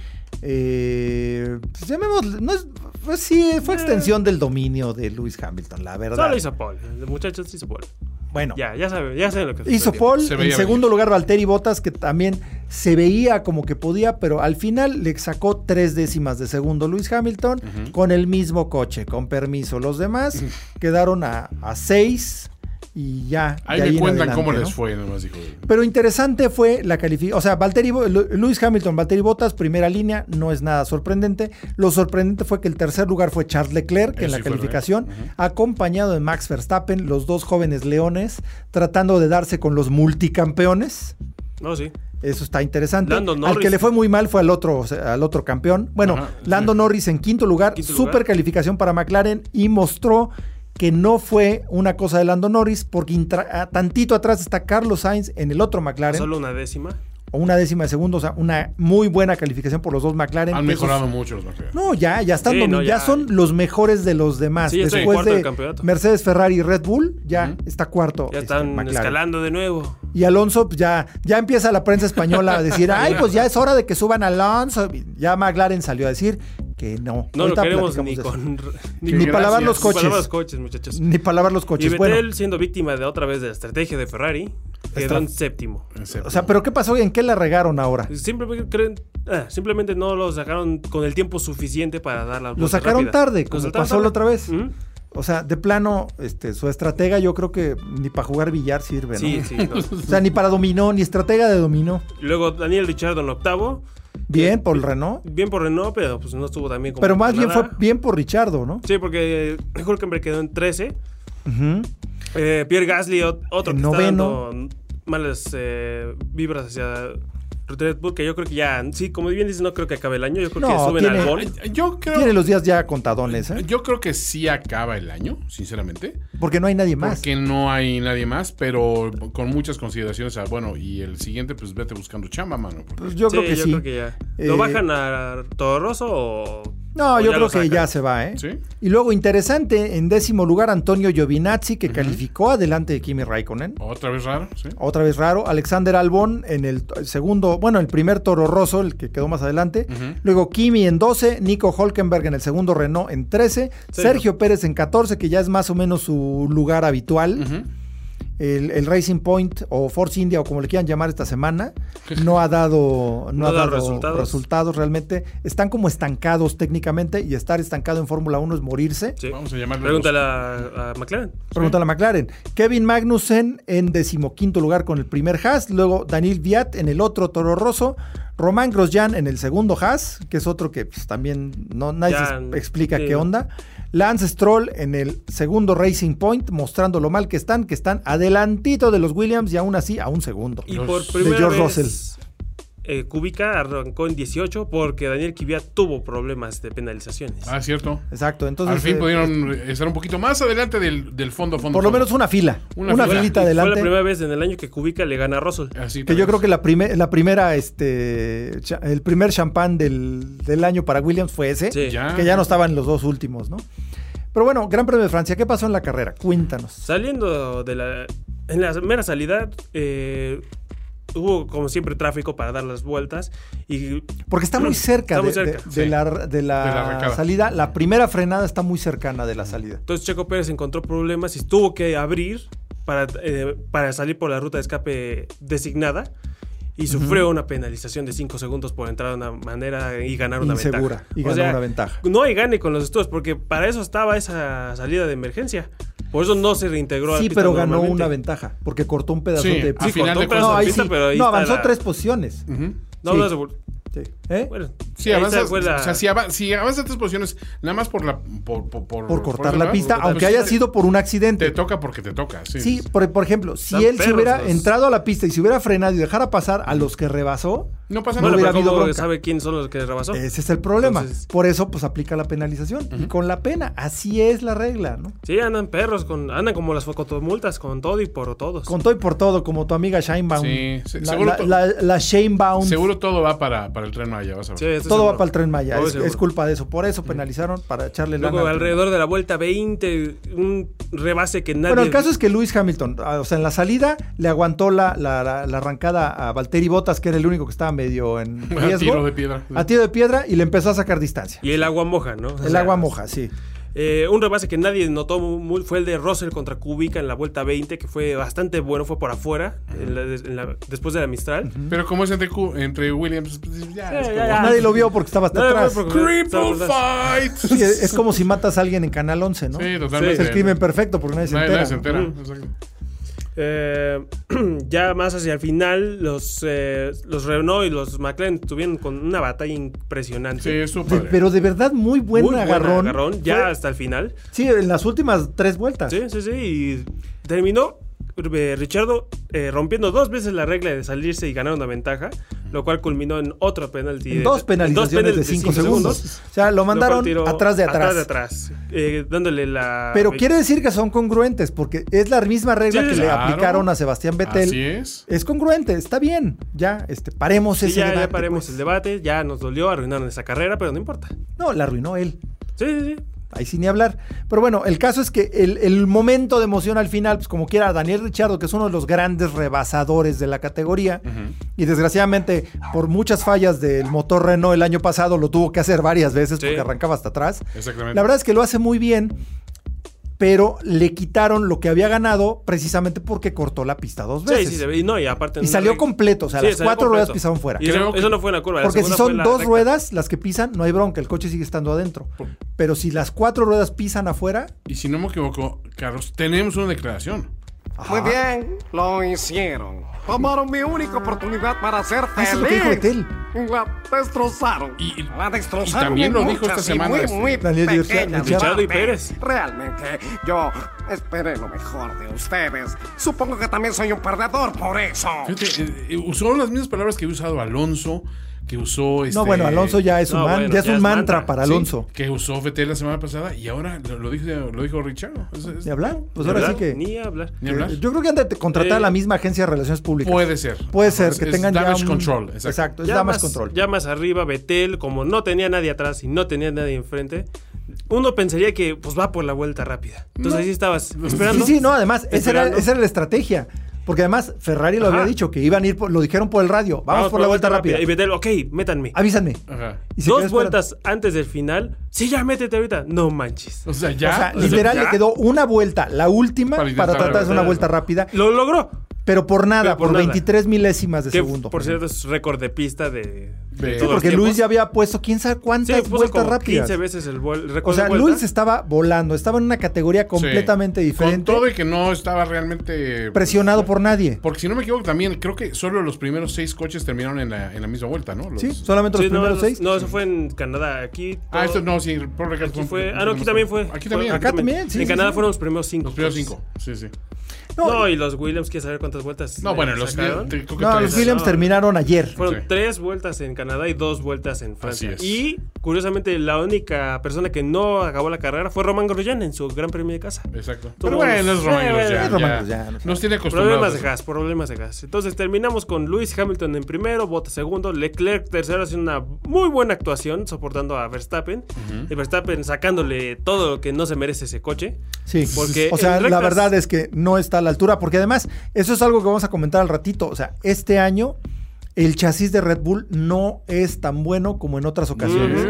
Speaker 1: eh, pues, llamémosle- no es- pues, sí, fue extensión del dominio de Lewis Hamilton, la verdad.
Speaker 3: Eh. Solo hizo Paul. El muchacho hizo Paul.
Speaker 1: bueno,
Speaker 3: Ya, ya saben, ya saben lo que
Speaker 1: hizo
Speaker 3: sucedió.
Speaker 1: Paul.
Speaker 2: Se
Speaker 1: En
Speaker 2: veía
Speaker 1: segundo lugar, Valtteri Bottas, que también se veía como que podía, pero al final le sacó tres décimas de segundo Lewis Hamilton con el mismo coche, con permiso. Los demás quedaron a, a seis y ya.
Speaker 2: Ahí
Speaker 1: de
Speaker 2: me
Speaker 1: en
Speaker 2: cuentan cómo
Speaker 1: adelante,
Speaker 2: les
Speaker 1: ¿no?
Speaker 2: fue, nomás dijo.
Speaker 1: Pero interesante fue la calificación. O sea, Valtteri, Bo- Lu- Lewis Hamilton, Valtteri Bottas, primera línea, no es nada sorprendente. Lo sorprendente fue que el tercer lugar fue Charles Leclerc en
Speaker 2: Ese
Speaker 1: la
Speaker 2: sí fue
Speaker 1: calificación, acompañado de Max Verstappen, los dos jóvenes leones, tratando de darse con los multicampeones.
Speaker 3: No, sí.
Speaker 1: Eso está interesante.
Speaker 3: Lando
Speaker 1: al
Speaker 3: Norris.
Speaker 1: que le fue muy mal fue al otro, o sea, al otro campeón. Bueno,
Speaker 2: Ajá,
Speaker 1: Lando Norris en quinto lugar,
Speaker 3: Quinto
Speaker 1: super
Speaker 3: lugar.
Speaker 1: calificación para McLaren y mostró que no fue una cosa de Lando Norris porque intra- a- tantito atrás está Carlos Sainz en el otro McLaren
Speaker 3: Solo una décima.
Speaker 1: o una décima de segundo, o sea, una muy buena calificación por los dos McLaren.
Speaker 2: Han
Speaker 1: que esos-
Speaker 2: mejorado mucho los McLaren.
Speaker 1: No, ya, ya están
Speaker 3: Sí,
Speaker 1: domin-
Speaker 3: no,
Speaker 1: ya.
Speaker 3: ya.
Speaker 1: son los mejores de los demás.
Speaker 3: Sí, ya estoy en
Speaker 1: Después
Speaker 3: cuarto
Speaker 1: de
Speaker 3: del campeonato.
Speaker 1: Mercedes, Ferrari y Red Bull, ya está cuarto.
Speaker 3: Ya
Speaker 1: este,
Speaker 3: están
Speaker 1: McLaren.
Speaker 3: escalando de nuevo.
Speaker 1: Y Alonso, pues, ya, ya empieza la prensa española a decir, ay, pues ya es hora de que suban a Alonso. Ya McLaren salió a decir que no.
Speaker 3: No
Speaker 1: Ahorita
Speaker 3: lo queremos
Speaker 1: platicamos
Speaker 3: ni
Speaker 1: de eso.
Speaker 3: con.
Speaker 1: Ni
Speaker 2: Qué
Speaker 1: para lavar
Speaker 2: gracias.
Speaker 1: los
Speaker 3: Ni para
Speaker 1: coches.
Speaker 3: los coches, muchachos.
Speaker 1: Ni para lavar los
Speaker 3: Y
Speaker 1: coches.
Speaker 3: Vettel
Speaker 1: Bueno,
Speaker 3: siendo víctima de otra vez de la estrategia de Ferrari, quedó
Speaker 1: Estra-
Speaker 3: en séptimo.
Speaker 2: Excepto.
Speaker 1: o sea, pero ¿qué pasó? ¿En qué la regaron ahora?
Speaker 3: Simplemente, creen- ah, simplemente no lo sacaron con el tiempo suficiente para dar la
Speaker 1: Lo
Speaker 3: vuelta
Speaker 1: sacaron
Speaker 3: rápida.
Speaker 1: tarde,
Speaker 3: Lo
Speaker 1: como
Speaker 3: saltaron
Speaker 1: pasó la otra
Speaker 3: tarde.
Speaker 1: vez.
Speaker 3: Ujú.
Speaker 1: O sea, de plano, este, su estratega yo creo que ni para jugar billar sirve, ¿no?
Speaker 3: Sí, sí. no.
Speaker 1: O sea, ni para dominó, ni estratega de dominó.
Speaker 3: Luego Daniel Richardo en octavo.
Speaker 1: Bien por el Renault.
Speaker 3: Bien por Renault, pero pues no estuvo también como.
Speaker 1: Pero más bien fue
Speaker 3: nada.
Speaker 1: bien por Richardo, ¿no?
Speaker 3: Sí, porque eh, Hulkenberg quedó en 13.
Speaker 1: Ujú.
Speaker 3: Eh, Pierre Gasly, ot- otro
Speaker 1: En
Speaker 3: que está
Speaker 1: noveno.
Speaker 3: dando malas eh, vibras hacia Red Bull, que yo creo que ya, sí, como bien dices, no creo que acabe el año. Yo
Speaker 1: No,
Speaker 3: creo que suben
Speaker 1: tiene-
Speaker 3: al gol.
Speaker 2: yo creo,
Speaker 1: Tiene los días ya contadones, ¿eh?
Speaker 2: yo creo que sí acaba el año, sinceramente.
Speaker 1: Porque no hay nadie más.
Speaker 2: Porque no hay nadie más, pero con muchas consideraciones. ah, Bueno, y el siguiente, pues vete buscando chamba, mano. porque-
Speaker 1: Pues yo creo que
Speaker 3: yo
Speaker 1: sí.
Speaker 3: creo que ya.
Speaker 1: Eh,
Speaker 3: ¿Lo bajan a Toro Rosso o.?
Speaker 1: No,
Speaker 3: o
Speaker 1: yo
Speaker 3: ya
Speaker 1: creo
Speaker 3: lo
Speaker 1: que
Speaker 3: sacan?
Speaker 1: ya se va, ¿eh?
Speaker 2: ¿Sí?
Speaker 1: Y luego, interesante, en décimo lugar, Antonio Giovinazzi, que calificó adelante de Kimi Raikkonen.
Speaker 2: Otra vez raro, ¿sí?
Speaker 1: Otra vez raro. Alexander Albón en el t- segundo, bueno, el primer Toro Rosso, el que quedó más adelante.
Speaker 2: Ujú.
Speaker 1: Luego Kimi en 12, Nico Holkenberg en el segundo Renault en 13, Sergio Pérez en 14, que ya es más o menos su lugar habitual.
Speaker 2: Ujú.
Speaker 1: el, el Racing Point o Force India o como le quieran llamar esta semana no ha dado, no
Speaker 3: No
Speaker 1: ha
Speaker 3: da
Speaker 1: dado resultados.
Speaker 3: resultados.
Speaker 1: realmente. Están como estancados técnicamente y estar estancado en Fórmula 1 es morirse.
Speaker 3: Sí.
Speaker 2: Vamos a llamarle.
Speaker 3: Pregúntale a, a McLaren.
Speaker 1: Pregúntale a McLaren. Kevin Magnussen en decimoquinto lugar con el primer Haas, luego Daniel Viat en el otro Toro Rosso, Román Grosjean en el segundo Haas, que es otro que pues, también no, nadie
Speaker 3: Ya,
Speaker 1: se es- explica
Speaker 3: sí,
Speaker 1: qué
Speaker 3: no.
Speaker 1: onda. Lance Stroll en el segundo Racing Point, mostrando lo mal que están, que están adelantito de los Williams y aún así a un segundo.
Speaker 3: Y
Speaker 2: Los-
Speaker 3: por
Speaker 2: de
Speaker 3: primera
Speaker 1: George
Speaker 3: vez,
Speaker 1: Russell.
Speaker 3: eh, Kubica arrancó en 18 porque Daniel Kvyat tuvo problemas de penalizaciones.
Speaker 2: Ah, cierto.
Speaker 1: Exacto, entonces
Speaker 2: Al fin
Speaker 1: eh,
Speaker 2: pudieron estar un poquito más adelante del, del fondo, fondo.
Speaker 1: por lo
Speaker 2: fondo.
Speaker 1: menos una fila,
Speaker 2: Una
Speaker 1: una,
Speaker 2: fila.
Speaker 1: filita
Speaker 3: Y Fue la
Speaker 1: adelante.
Speaker 3: primera vez en el año que Kubica le gana a Russell.
Speaker 1: Que
Speaker 2: Así
Speaker 1: yo
Speaker 2: también.
Speaker 1: creo que la, prime- la primera, este, cha- el primer champán del, del año para Williams fue ese,
Speaker 3: Sí.
Speaker 2: Ya.
Speaker 1: que ya no estaban los dos últimos, ¿no? Pero bueno, Gran Premio de Francia, ¿qué pasó en la carrera? Cuéntanos.
Speaker 3: Saliendo de la. En la mera salida, eh, hubo como siempre tráfico para dar las vueltas. Y
Speaker 1: Porque está muy cerca,
Speaker 3: Está muy
Speaker 1: de- de,
Speaker 3: cerca,
Speaker 1: de
Speaker 2: sí.
Speaker 1: la, de la
Speaker 2: De la arrancada.
Speaker 1: salida. La primera frenada está muy cercana de la salida.
Speaker 3: entonces Checo Pérez encontró problemas y tuvo que abrir para, eh, para salir por la ruta de escape designada. Y sufrió una penalización de 5 segundos por entrar de una manera y ganar una
Speaker 1: Insegura,
Speaker 3: ventaja.
Speaker 1: y
Speaker 3: O
Speaker 1: ganó
Speaker 3: sea,
Speaker 1: una ventaja.
Speaker 3: No hay gane con los estudios, porque para eso estaba esa salida de emergencia. Por eso no se reintegró al
Speaker 1: Sí,
Speaker 3: pista
Speaker 1: pero ganó
Speaker 3: normalmente.
Speaker 1: una ventaja, porque cortó un pedazo
Speaker 2: Sí,
Speaker 1: de
Speaker 2: al
Speaker 3: Sí,
Speaker 2: final
Speaker 3: cortó
Speaker 2: de
Speaker 3: un pedazo
Speaker 1: No,
Speaker 3: de
Speaker 1: ahí
Speaker 3: pista,
Speaker 1: sí.
Speaker 3: pero ahí
Speaker 1: No,
Speaker 3: está
Speaker 1: avanzó
Speaker 3: la-
Speaker 1: tres posiciones.
Speaker 2: Ujú.
Speaker 3: No,
Speaker 1: Sí.
Speaker 3: no se-
Speaker 1: Sí. ¿Eh?
Speaker 3: Bueno,
Speaker 2: Sí,
Speaker 3: esa
Speaker 2: avanzas,
Speaker 3: fue la-
Speaker 2: o sea, si, ava- si avanzas tres posiciones, nada más por la por, por, por-
Speaker 1: por cortar
Speaker 2: por-
Speaker 1: la pista,
Speaker 2: por-
Speaker 1: aunque
Speaker 2: pues,
Speaker 1: haya
Speaker 2: te-
Speaker 1: sido por un accidente.
Speaker 2: Te toca porque te toca, sí.
Speaker 1: Sí, por, por ejemplo, si
Speaker 3: Están
Speaker 1: él se
Speaker 3: perros
Speaker 1: hubiera
Speaker 3: los-
Speaker 1: entrado a la pista y se hubiera frenado y dejara pasar a los que rebasó,
Speaker 2: No pasa
Speaker 1: No
Speaker 2: nada.
Speaker 3: Bueno,
Speaker 1: hubiera
Speaker 3: pero
Speaker 1: habido
Speaker 3: ¿cómo
Speaker 1: bronca.
Speaker 3: sabe quién son los que rebasó?
Speaker 1: ese es el problema.
Speaker 3: Entonces-
Speaker 1: por eso, pues aplica la penalización. Y con la pena, así es la regla, ¿no?
Speaker 3: Sí, andan perros, con, andan como las focotomultas, con todo y por todos.
Speaker 1: Con todo y por todo, como tu amiga Shinebaum.
Speaker 2: Sí, se-
Speaker 1: la,
Speaker 2: seguro
Speaker 1: la-
Speaker 2: to-
Speaker 1: la- la Shinebaum.
Speaker 2: Seguro todo va para, para el tren Maya, vas a ver.
Speaker 3: Sí, estoy
Speaker 1: todo
Speaker 3: seguro.
Speaker 1: va para el tren Maya.
Speaker 3: Todo
Speaker 1: Es,
Speaker 3: seguro.
Speaker 1: es culpa de eso. Por eso penalizaron para echarle la.
Speaker 3: Luego, alrededor de la vuelta 20, un rebase que nadie...
Speaker 1: Bueno, el caso es que Lewis Hamilton, ah, o sea, en la salida le aguantó la, la- la- la arrancada a Valtteri Bottas, que era el único que estaba medio en
Speaker 2: A
Speaker 1: riesgo.
Speaker 2: tiro de piedra.
Speaker 1: a tiro de piedra y le empezó a sacar distancia.
Speaker 3: Y Ah. el agua moja, ¿no? O
Speaker 1: El
Speaker 3: sea,
Speaker 1: agua moja, sí.
Speaker 3: eh, un rebase que nadie notó muy- fue el de Russell contra Kubica en la vuelta 20, que fue bastante bueno, fue por afuera, en la- en la- después de la Mistral.
Speaker 2: Pero como es entre, Q- entre Williams, pues, ya,
Speaker 3: Sí,
Speaker 2: es como-
Speaker 3: ya, ya.
Speaker 1: Nadie lo vio porque estaba hasta
Speaker 3: Nadie lo vio
Speaker 1: atrás.
Speaker 3: porque-
Speaker 2: Triple
Speaker 1: Sí,
Speaker 2: fight.
Speaker 1: es es como si matas a alguien en Canal 11, ¿no?
Speaker 2: Sí,
Speaker 1: es
Speaker 2: totalmente.
Speaker 1: el crimen perfecto porque nadie se
Speaker 2: Nadie-
Speaker 1: entera.
Speaker 2: nadie se entera.
Speaker 3: Mm.
Speaker 2: exacto.
Speaker 3: Eh, ya más hacia el final, los, eh, los Renault y los McLaren tuvieron con una batalla impresionante.
Speaker 2: Sí, es
Speaker 1: De-
Speaker 2: súper.
Speaker 1: pero de verdad, muy buen
Speaker 3: Muy buen
Speaker 1: agarrón.
Speaker 3: ya
Speaker 1: Fue-
Speaker 3: hasta el final.
Speaker 1: sí, en las últimas tres vueltas.
Speaker 3: Sí, sí, sí. Y terminó eh, Richardo eh, rompiendo dos veces la regla de salirse y ganar una ventaja, lo cual culminó en otro penalti.
Speaker 1: En
Speaker 3: de-
Speaker 1: dos penalizaciones
Speaker 3: penal-
Speaker 1: de 5 segundos. O sea, lo
Speaker 3: lo cual
Speaker 1: mandaron
Speaker 3: tiró
Speaker 1: atrás de atrás.
Speaker 3: de atrás, eh, dándole la.
Speaker 1: Pero quiere decir que son congruentes porque es la misma regla
Speaker 3: Sí,
Speaker 1: que
Speaker 2: claro.
Speaker 1: le aplicaron a Sebastián Vettel.
Speaker 2: Así es.
Speaker 1: Es congruente, está bien. Ya, este, paremos
Speaker 3: Sí,
Speaker 1: ese
Speaker 3: ya, ya
Speaker 1: debate,
Speaker 3: paremos
Speaker 1: pues.
Speaker 3: el debate, ya nos dolió, arruinaron esa carrera, pero no importa.
Speaker 1: No, la arruinó él.
Speaker 3: Sí, sí, sí.
Speaker 1: Ahí sin ni hablar. Pero bueno, el caso es que el, el momento de emoción al final, pues como quiera, Daniel Richardo, que es uno de los grandes rebasadores de la categoría, y desgraciadamente por muchas fallas del motor Renault el año pasado, lo tuvo que hacer varias veces
Speaker 3: Sí.
Speaker 1: porque arrancaba hasta atrás.
Speaker 2: Exactamente.
Speaker 1: La verdad es que lo hace muy bien, pero le quitaron lo que había ganado precisamente porque cortó la pista dos
Speaker 3: Sí,
Speaker 1: veces.
Speaker 3: sí, se ve. Y no, y aparte.
Speaker 1: Y salió completo, o sea, las
Speaker 3: salió
Speaker 1: cuatro ruedas pisaron fuera.
Speaker 3: Y eso,
Speaker 2: Creo que-
Speaker 3: eso no fue en la curva. la
Speaker 1: Porque si
Speaker 3: segunda fue
Speaker 1: son
Speaker 3: en la
Speaker 1: dos
Speaker 3: recta.
Speaker 1: ruedas las que pisan, no hay bronca, el coche sigue estando adentro. Pero si las cuatro ruedas pisan afuera,
Speaker 2: Y si no me equivoco, Carlos, tenemos una declaración.
Speaker 5: Muy bien, lo hicieron. Tomaron mi única oportunidad para ser
Speaker 1: Ah,
Speaker 5: feliz.
Speaker 1: eso es lo que dijo Vettel.
Speaker 5: Y La destrozaron.
Speaker 2: Y- y-
Speaker 5: la destrozaron.
Speaker 2: y también
Speaker 5: en
Speaker 2: lo dijo
Speaker 5: muchas
Speaker 2: esta
Speaker 5: y
Speaker 2: semana,
Speaker 5: Muy,
Speaker 2: este,
Speaker 5: muy
Speaker 1: Daniel García-
Speaker 5: pequeñas
Speaker 1: Richardo
Speaker 3: y
Speaker 5: partes.
Speaker 3: Pérez.
Speaker 5: Realmente, yo esperé lo mejor de ustedes. Supongo que también soy un perdedor por eso.
Speaker 2: Fíjate, eh, eh, usó las mismas palabras que había usado Alonso, que usó. Este,
Speaker 1: no, bueno, Alonso ya es un,
Speaker 3: no,
Speaker 1: man-
Speaker 3: bueno,
Speaker 1: ya es
Speaker 3: ya
Speaker 1: un
Speaker 3: es
Speaker 1: mantra,
Speaker 3: mantra,
Speaker 1: para
Speaker 2: sí,
Speaker 1: Alonso.
Speaker 2: que usó Vettel la semana pasada y ahora lo, lo dijo, lo dijo Richard. Es- es-
Speaker 1: ¿Ni hablar? Pues
Speaker 3: Ni
Speaker 1: ahora
Speaker 3: hablar,
Speaker 1: sí que.
Speaker 3: Ni hablar.
Speaker 2: Ni hablar. Pues
Speaker 1: Yo creo que han de te- contratar a
Speaker 3: Eh,
Speaker 1: la misma agencia de relaciones públicas.
Speaker 2: Puede ser.
Speaker 1: Puede
Speaker 2: Ajá,
Speaker 1: ser
Speaker 2: es-
Speaker 1: que
Speaker 2: es
Speaker 1: tengan ya
Speaker 2: damage
Speaker 1: un-
Speaker 2: control. Exacto.
Speaker 1: es
Speaker 3: Ya
Speaker 1: damage
Speaker 3: más-
Speaker 1: control.
Speaker 3: Ya más arriba, Betel, como no tenía nadie atrás y no tenía nadie enfrente, uno pensaría que pues va por la vuelta rápida. Entonces ahí estabas
Speaker 1: Sí,
Speaker 3: esperando.
Speaker 1: sí, no, además, esa era,
Speaker 3: Esperando.
Speaker 1: esa era la estrategia. Porque además Ferrari lo
Speaker 3: Ajá.
Speaker 1: había dicho, que iban a ir, por- lo dijeron por el radio, vamos, por la vuelta rápida.
Speaker 3: Y Betel, ok, métanme.
Speaker 1: Avísame.
Speaker 2: Ajá.
Speaker 1: Y se quedó
Speaker 3: Dos
Speaker 1: esperando.
Speaker 3: vueltas antes del final. Sí, ya métete ahorita. No manches.
Speaker 2: O sea,
Speaker 1: O
Speaker 2: ya.
Speaker 1: sea, literal
Speaker 3: ya.
Speaker 1: le quedó una vuelta, la última,
Speaker 2: Para
Speaker 1: para,
Speaker 2: intentar
Speaker 1: tratar de hacer una vuelta rápida,
Speaker 3: Lo logró.
Speaker 1: pero por nada,
Speaker 3: Pero por
Speaker 1: por,
Speaker 3: nada.
Speaker 1: 23 milésimas de
Speaker 3: Que,
Speaker 1: segundo.
Speaker 3: por cierto, es récord de pista de, de
Speaker 2: de-
Speaker 3: todo
Speaker 1: Porque
Speaker 3: los tiempos.
Speaker 1: Luis ya había puesto quién sabe
Speaker 3: Sí,
Speaker 1: cuántas
Speaker 3: puso
Speaker 1: vueltas
Speaker 3: como
Speaker 1: rápidas.
Speaker 3: 15 veces el vuel- el
Speaker 1: O
Speaker 3: récord
Speaker 1: sea,
Speaker 3: de vuelta.
Speaker 1: Luis estaba volando, estaba en una categoría completamente
Speaker 2: Sí. Con
Speaker 1: diferente,
Speaker 2: todo y que no estaba realmente.
Speaker 1: presionado por nadie.
Speaker 2: Porque si no me equivoco, también creo que solo los primeros seis coches terminaron en la, en la misma vuelta, ¿no? Los-
Speaker 1: Sí, solamente
Speaker 3: Sí,
Speaker 1: los
Speaker 3: no,
Speaker 1: primeros
Speaker 3: no,
Speaker 1: seis.
Speaker 3: No, eso fue en Canadá. Aquí.
Speaker 2: Ah,
Speaker 3: todo-
Speaker 2: esto no, sí, por recargo
Speaker 3: Aquí
Speaker 2: son-
Speaker 3: fue, ah, no, aquí también fue.
Speaker 2: Aquí
Speaker 3: Fue-
Speaker 2: también.
Speaker 1: Acá también, sí,
Speaker 3: En
Speaker 1: sí,
Speaker 3: Canadá
Speaker 1: sí.
Speaker 3: fueron los primeros cinco.
Speaker 2: Los primeros cinco. Sí, sí.
Speaker 1: No,
Speaker 3: No, y los Williams, quiere saber cuántas vueltas.
Speaker 2: No,
Speaker 3: eh,
Speaker 2: bueno, los,
Speaker 3: sacaron?
Speaker 2: te- creo que
Speaker 1: no,
Speaker 2: tres.
Speaker 1: los Williams
Speaker 3: no.
Speaker 1: terminaron ayer.
Speaker 3: Fueron
Speaker 2: Sí.
Speaker 3: tres vueltas en Canadá y dos vueltas en Francia.
Speaker 2: Así es.
Speaker 3: Y curiosamente, la única persona que no acabó la carrera fue Roman Grosjean en su Gran Premio de casa.
Speaker 2: Exacto.
Speaker 3: Tuvo
Speaker 2: Pero bueno,
Speaker 3: unos-
Speaker 2: es Romain
Speaker 3: Eh, bueno,
Speaker 2: Grosjean,
Speaker 3: es
Speaker 2: ya.
Speaker 1: Romain Grosjean, o sea.
Speaker 2: Nos tiene
Speaker 3: Problemas de
Speaker 2: acostumbrados.
Speaker 3: gas, problemas de gas. Entonces terminamos con Lewis Hamilton en primero, Bottas segundo, Leclerc tercero haciendo una muy buena actuación soportando a Verstappen. Y Verstappen sacándole todo lo que no se merece ese coche.
Speaker 1: Sí,
Speaker 3: Porque
Speaker 1: o sea,
Speaker 3: en
Speaker 1: la
Speaker 3: rectas-
Speaker 1: verdad es que no está a la altura, porque además, eso es algo que vamos a comentar al ratito. O sea, este año el chasis de Red Bull no es tan bueno como en otras ocasiones.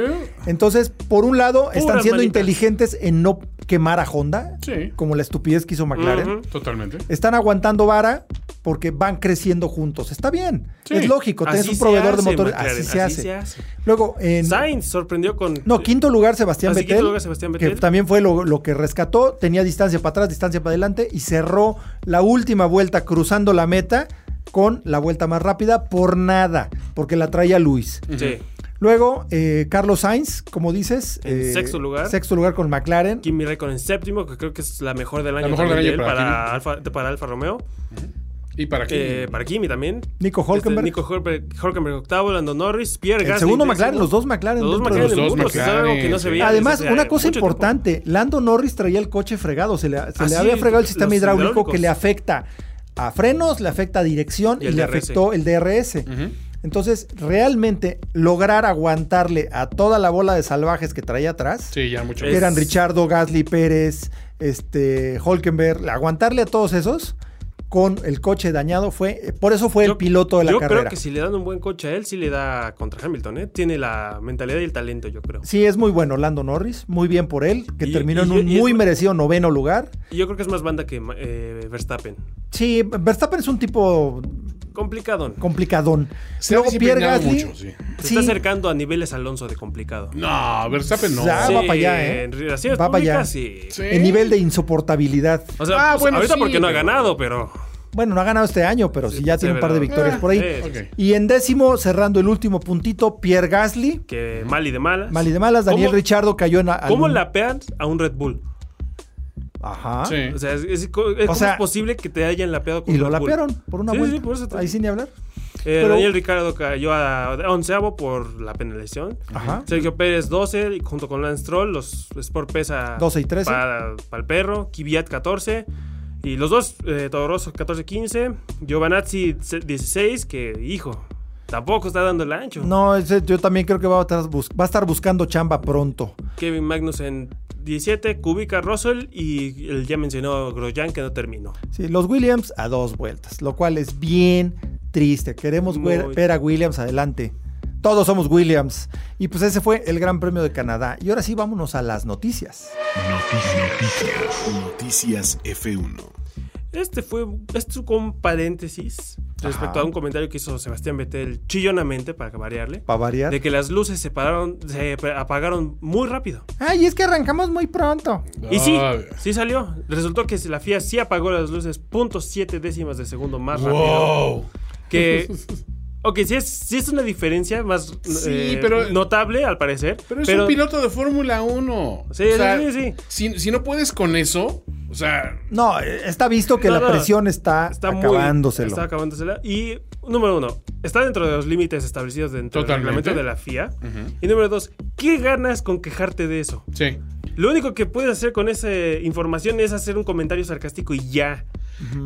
Speaker 1: Entonces, por un lado, están siendo
Speaker 3: manitas.
Speaker 1: inteligentes en no quemar a Honda,
Speaker 2: Sí.
Speaker 1: como la estupidez que hizo McLaren.
Speaker 3: Ujú.
Speaker 2: Totalmente.
Speaker 1: Están aguantando vara porque van creciendo juntos. Está bien,
Speaker 2: Sí.
Speaker 1: es lógico,
Speaker 3: Así
Speaker 1: tenés un
Speaker 3: se
Speaker 1: proveedor
Speaker 3: hace,
Speaker 1: de motores,
Speaker 3: McLaren,
Speaker 1: así se
Speaker 3: así
Speaker 1: hace.
Speaker 3: se hace.
Speaker 1: Luego, en,
Speaker 3: Sainz sorprendió con.
Speaker 1: no, quinto lugar Sebastián
Speaker 3: Así,
Speaker 1: Vettel.
Speaker 3: Ah, quinto lugar, Sebastián
Speaker 1: Que
Speaker 3: Vettel.
Speaker 1: también fue lo, lo que rescató. Tenía distancia para atrás, distancia para adelante y cerró la última vuelta cruzando la meta con la vuelta más rápida por nada, porque la traía Luis.
Speaker 3: Sí.
Speaker 1: Luego, eh, Carlos Sainz, como dices.
Speaker 3: En
Speaker 1: eh,
Speaker 3: sexto lugar.
Speaker 1: Sexto lugar con McLaren.
Speaker 3: Kimi Räikkönen en séptimo, que creo que es la mejor del año,
Speaker 2: mejor
Speaker 3: también
Speaker 2: del
Speaker 3: de
Speaker 2: año
Speaker 3: él
Speaker 2: para
Speaker 3: para, Alfa, de- para Alfa Romeo.
Speaker 2: ¿Y para qué?
Speaker 3: Eh, para Kimi también.
Speaker 1: Nico
Speaker 3: Este,
Speaker 1: Hulkenberg.
Speaker 3: Nico Hulkenberg, Hulkenberg octavo, Lando Norris, Pierre
Speaker 1: el
Speaker 3: Gasly.
Speaker 1: segundo
Speaker 3: décimo.
Speaker 1: McLaren, los dos McLaren.
Speaker 3: Los dos
Speaker 1: dentro de
Speaker 3: McLaren
Speaker 2: los
Speaker 3: del
Speaker 2: dos
Speaker 3: mundo, que es algo que no se
Speaker 2: McLaren,
Speaker 3: veía
Speaker 1: Además,
Speaker 3: desde hace
Speaker 1: una cosa
Speaker 3: mucho tiempo.
Speaker 1: importante, Lando Norris traía el coche fregado, se le, se
Speaker 3: Ah,
Speaker 1: le
Speaker 3: sí,
Speaker 1: había fregado el
Speaker 3: los
Speaker 1: sistema hidráulico
Speaker 3: hidráulicos.
Speaker 1: que le afecta a frenos, le afecta a dirección
Speaker 3: Y
Speaker 1: y,
Speaker 3: el
Speaker 1: le
Speaker 3: DRS.
Speaker 1: afectó el DRS.
Speaker 2: Ujú.
Speaker 1: Entonces, realmente lograr aguantarle a toda la bola de salvajes que traía atrás,
Speaker 2: Sí, ya mucho.
Speaker 1: que eran
Speaker 3: es-
Speaker 1: Richardo, Gasly, Pérez, este, Holkenberg, aguantarle a todos esos con el coche dañado fue, por eso fue el
Speaker 3: Yo-
Speaker 1: piloto de la
Speaker 3: yo
Speaker 1: carrera.
Speaker 3: creo que si le dan un buen coche a él, sí le da contra Hamilton, ¿eh? Tiene la mentalidad y el talento, yo creo.
Speaker 1: Sí, es muy bueno Lando Norris, muy bien por él, que
Speaker 3: Y-
Speaker 1: terminó
Speaker 3: y
Speaker 1: en
Speaker 3: yo-
Speaker 1: un
Speaker 3: y es-
Speaker 1: muy merecido noveno lugar.
Speaker 3: Y yo creo que es más banda que eh, Verstappen.
Speaker 1: Sí, Verstappen es un tipo
Speaker 3: Complicado.
Speaker 1: complicadón.
Speaker 2: Se ha disciplinado mucho, sí.
Speaker 3: Se
Speaker 1: sí,
Speaker 3: está acercando a niveles Alonso de complicado.
Speaker 2: No, Verstappen no.
Speaker 1: Ya, Ah, va para allá, ¿eh?
Speaker 3: En relaciones
Speaker 1: Va para allá.
Speaker 3: públicas, sí.
Speaker 2: Sí.
Speaker 1: el nivel de insoportabilidad.
Speaker 3: O sea,
Speaker 2: Ah,
Speaker 3: pues,
Speaker 2: bueno,
Speaker 3: ahorita
Speaker 2: sí,
Speaker 3: porque no ha
Speaker 2: pero-
Speaker 3: ganado, pero.
Speaker 1: Bueno, no ha ganado este año, pero sí, ya
Speaker 3: pues,
Speaker 1: tiene
Speaker 3: sí,
Speaker 1: un par de
Speaker 3: pero-
Speaker 1: victorias
Speaker 2: Ah,
Speaker 1: por ahí.
Speaker 3: eh,
Speaker 2: Ok.
Speaker 1: Y en décimo, cerrando el último puntito, Pierre Gasly.
Speaker 3: Que mal y de malas.
Speaker 1: Mal y de malas, Daniel
Speaker 3: ¿Cómo-
Speaker 1: Richardo cayó en. a-
Speaker 3: ¿Cómo
Speaker 1: algún-
Speaker 3: lapean a un Red Bull?
Speaker 1: Ajá.
Speaker 2: Sí.
Speaker 3: O sea, es, es- co- es- ¿cómo
Speaker 1: sea,
Speaker 3: es posible que te hayan lapeado con
Speaker 1: Y lo
Speaker 3: Red Bull?
Speaker 1: lapearon por una
Speaker 3: Sí,
Speaker 1: vuelta.
Speaker 3: sí, por eso te-
Speaker 1: Ahí sin ni hablar.
Speaker 3: Eh,
Speaker 1: Pero-
Speaker 3: Daniel Ricardo cayó a onceavo por la penalización.
Speaker 1: Ajá.
Speaker 3: Sergio Pérez 12, y junto con Lance Troll, los Sport Pesa
Speaker 1: 12 y 13.
Speaker 3: para, para el perro, Kiviat 14, y los dos, eh, Todoroso 14-15, Giovanazzi 16, que hijo, tampoco está dando el ancho.
Speaker 1: No, ese- yo también creo que va a, estar bus- va a estar buscando chamba pronto.
Speaker 3: Kevin Magnussen 17, Kubica, Russell y el ya mencionado Grosjean que no terminó.
Speaker 1: Sí, los Williams a dos vueltas, lo cual es bien triste. Queremos
Speaker 3: Muy.
Speaker 1: ver, ver a Williams adelante. Todos somos Williams. Y pues ese fue el Gran Premio de Canadá. Y ahora sí, vámonos a las noticias.
Speaker 4: Noticias. Noticias F1.
Speaker 3: Este fue, esto con un paréntesis respecto
Speaker 1: Ajá.
Speaker 3: a un comentario que hizo Sebastián Vettel chillonamente, para variarle,
Speaker 1: Para variar.
Speaker 3: de que las luces se, pararon, se apagaron muy rápido.
Speaker 1: Ay, es que arrancamos muy pronto.
Speaker 3: Y sí,
Speaker 2: Ah,
Speaker 3: sí salió. Resultó que la FIA sí apagó las luces .7 décimas de segundo más rápido.
Speaker 2: Wow.
Speaker 3: Que, ok, sí es, sí es una diferencia más eh,
Speaker 2: pero-
Speaker 3: notable al parecer.
Speaker 2: Pero es un piloto de Fórmula 1.
Speaker 3: Sí, sí, sí, sí.
Speaker 2: Si, si no puedes con eso, o sea,
Speaker 1: No, eh, está visto que
Speaker 3: No,
Speaker 1: la
Speaker 3: no,
Speaker 1: presión está,
Speaker 3: está muy-
Speaker 1: acabándoselo.
Speaker 3: está acabándosela. Y número uno, está dentro de los límites establecidos dentro del
Speaker 2: Totalmente.
Speaker 3: reglamento de la FIA. Y número dos, ¿qué ganas con quejarte de eso?
Speaker 2: sí.
Speaker 3: Lo único que puedes hacer con esa información es hacer un comentario sarcástico y ya.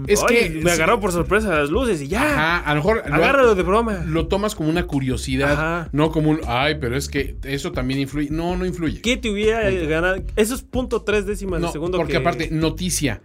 Speaker 2: Es
Speaker 3: Mm, Oye,
Speaker 2: que
Speaker 3: me agarró por sorpresa las luces y ya.
Speaker 2: Ajá, a lo mejor lo-
Speaker 3: Agárralo de broma.
Speaker 2: lo tomas como una curiosidad,
Speaker 3: Ajá.
Speaker 2: no como un, ay, pero es que eso también influye. No, no influye.
Speaker 3: ¿Qué te hubiera eh, ganado? Esos punto tres décimas
Speaker 2: No,
Speaker 3: de segundo
Speaker 2: porque
Speaker 3: que-
Speaker 2: aparte, noticia.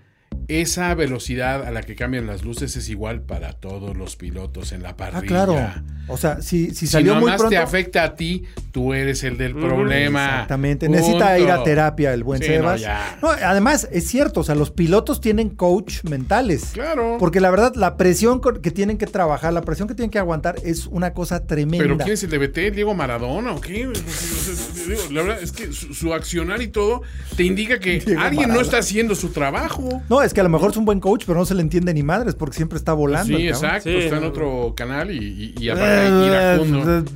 Speaker 2: Esa velocidad a la que cambian las luces es igual para todos los pilotos en la parrilla.
Speaker 1: Ah, claro. O sea, si, si
Speaker 2: Si
Speaker 1: salió
Speaker 2: nada
Speaker 1: muy
Speaker 2: más
Speaker 1: pronto.
Speaker 2: te afecta a ti, tú eres el del problema.
Speaker 1: Exactamente.
Speaker 2: Punto.
Speaker 1: Necesita ir a terapia el buen
Speaker 2: Sí, no,
Speaker 1: Sebas.
Speaker 2: ya.
Speaker 1: No, además, es cierto, o sea, los pilotos tienen coach mentales.
Speaker 2: Claro.
Speaker 1: Porque la verdad, la presión con- que tienen que trabajar, la presión que tienen que aguantar es una cosa tremenda.
Speaker 2: Pero ¿quién es el de BT? ¿Diego Maradona o qué? Pues, O sea, digo, la verdad es que su, su accionar y todo te indica que
Speaker 1: Diego
Speaker 2: alguien no
Speaker 1: Maradona.
Speaker 2: está haciendo su trabajo.
Speaker 1: No, es que a lo mejor es un buen coach, pero no se le entiende ni madres porque siempre está volando.
Speaker 2: Sí,
Speaker 1: el cabrón. Ah,
Speaker 2: exacto.
Speaker 3: Sí,
Speaker 2: está en
Speaker 3: no.
Speaker 2: otro canal y, y, y aparte iracundo.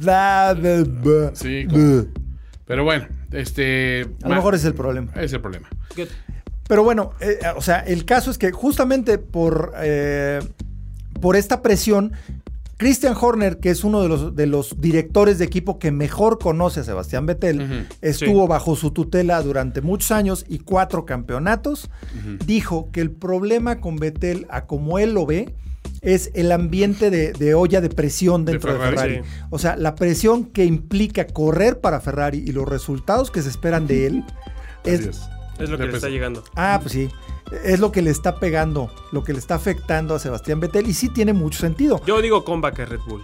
Speaker 2: Sí, como- Pero bueno, este.
Speaker 1: A lo mejor es el problema.
Speaker 2: es el problema.
Speaker 3: ¿Qué-
Speaker 1: Pero bueno, eh, o sea, el caso es que justamente por, eh, por esta presión, Christian Horner, que es uno de los, de los directores de equipo que mejor conoce a Sebastián Vettel, estuvo bajo su tutela durante muchos años y cuatro campeonatos, dijo que el problema con Vettel, a como él lo ve, es el ambiente de, de olla de presión dentro de
Speaker 2: Ferrari,
Speaker 1: Ferrari.
Speaker 3: sí.
Speaker 1: O sea, la presión que implica correr para Ferrari y los resultados que se esperan de él
Speaker 2: Así
Speaker 1: es
Speaker 2: es.
Speaker 3: Es lo que
Speaker 2: Le
Speaker 3: le está
Speaker 2: pesa.
Speaker 3: llegando.
Speaker 1: Ah, pues sí. Es lo que le está pegando, lo que le está afectando a Sebastián Vettel y sí tiene mucho sentido.
Speaker 3: Yo digo comeback a Red Bull.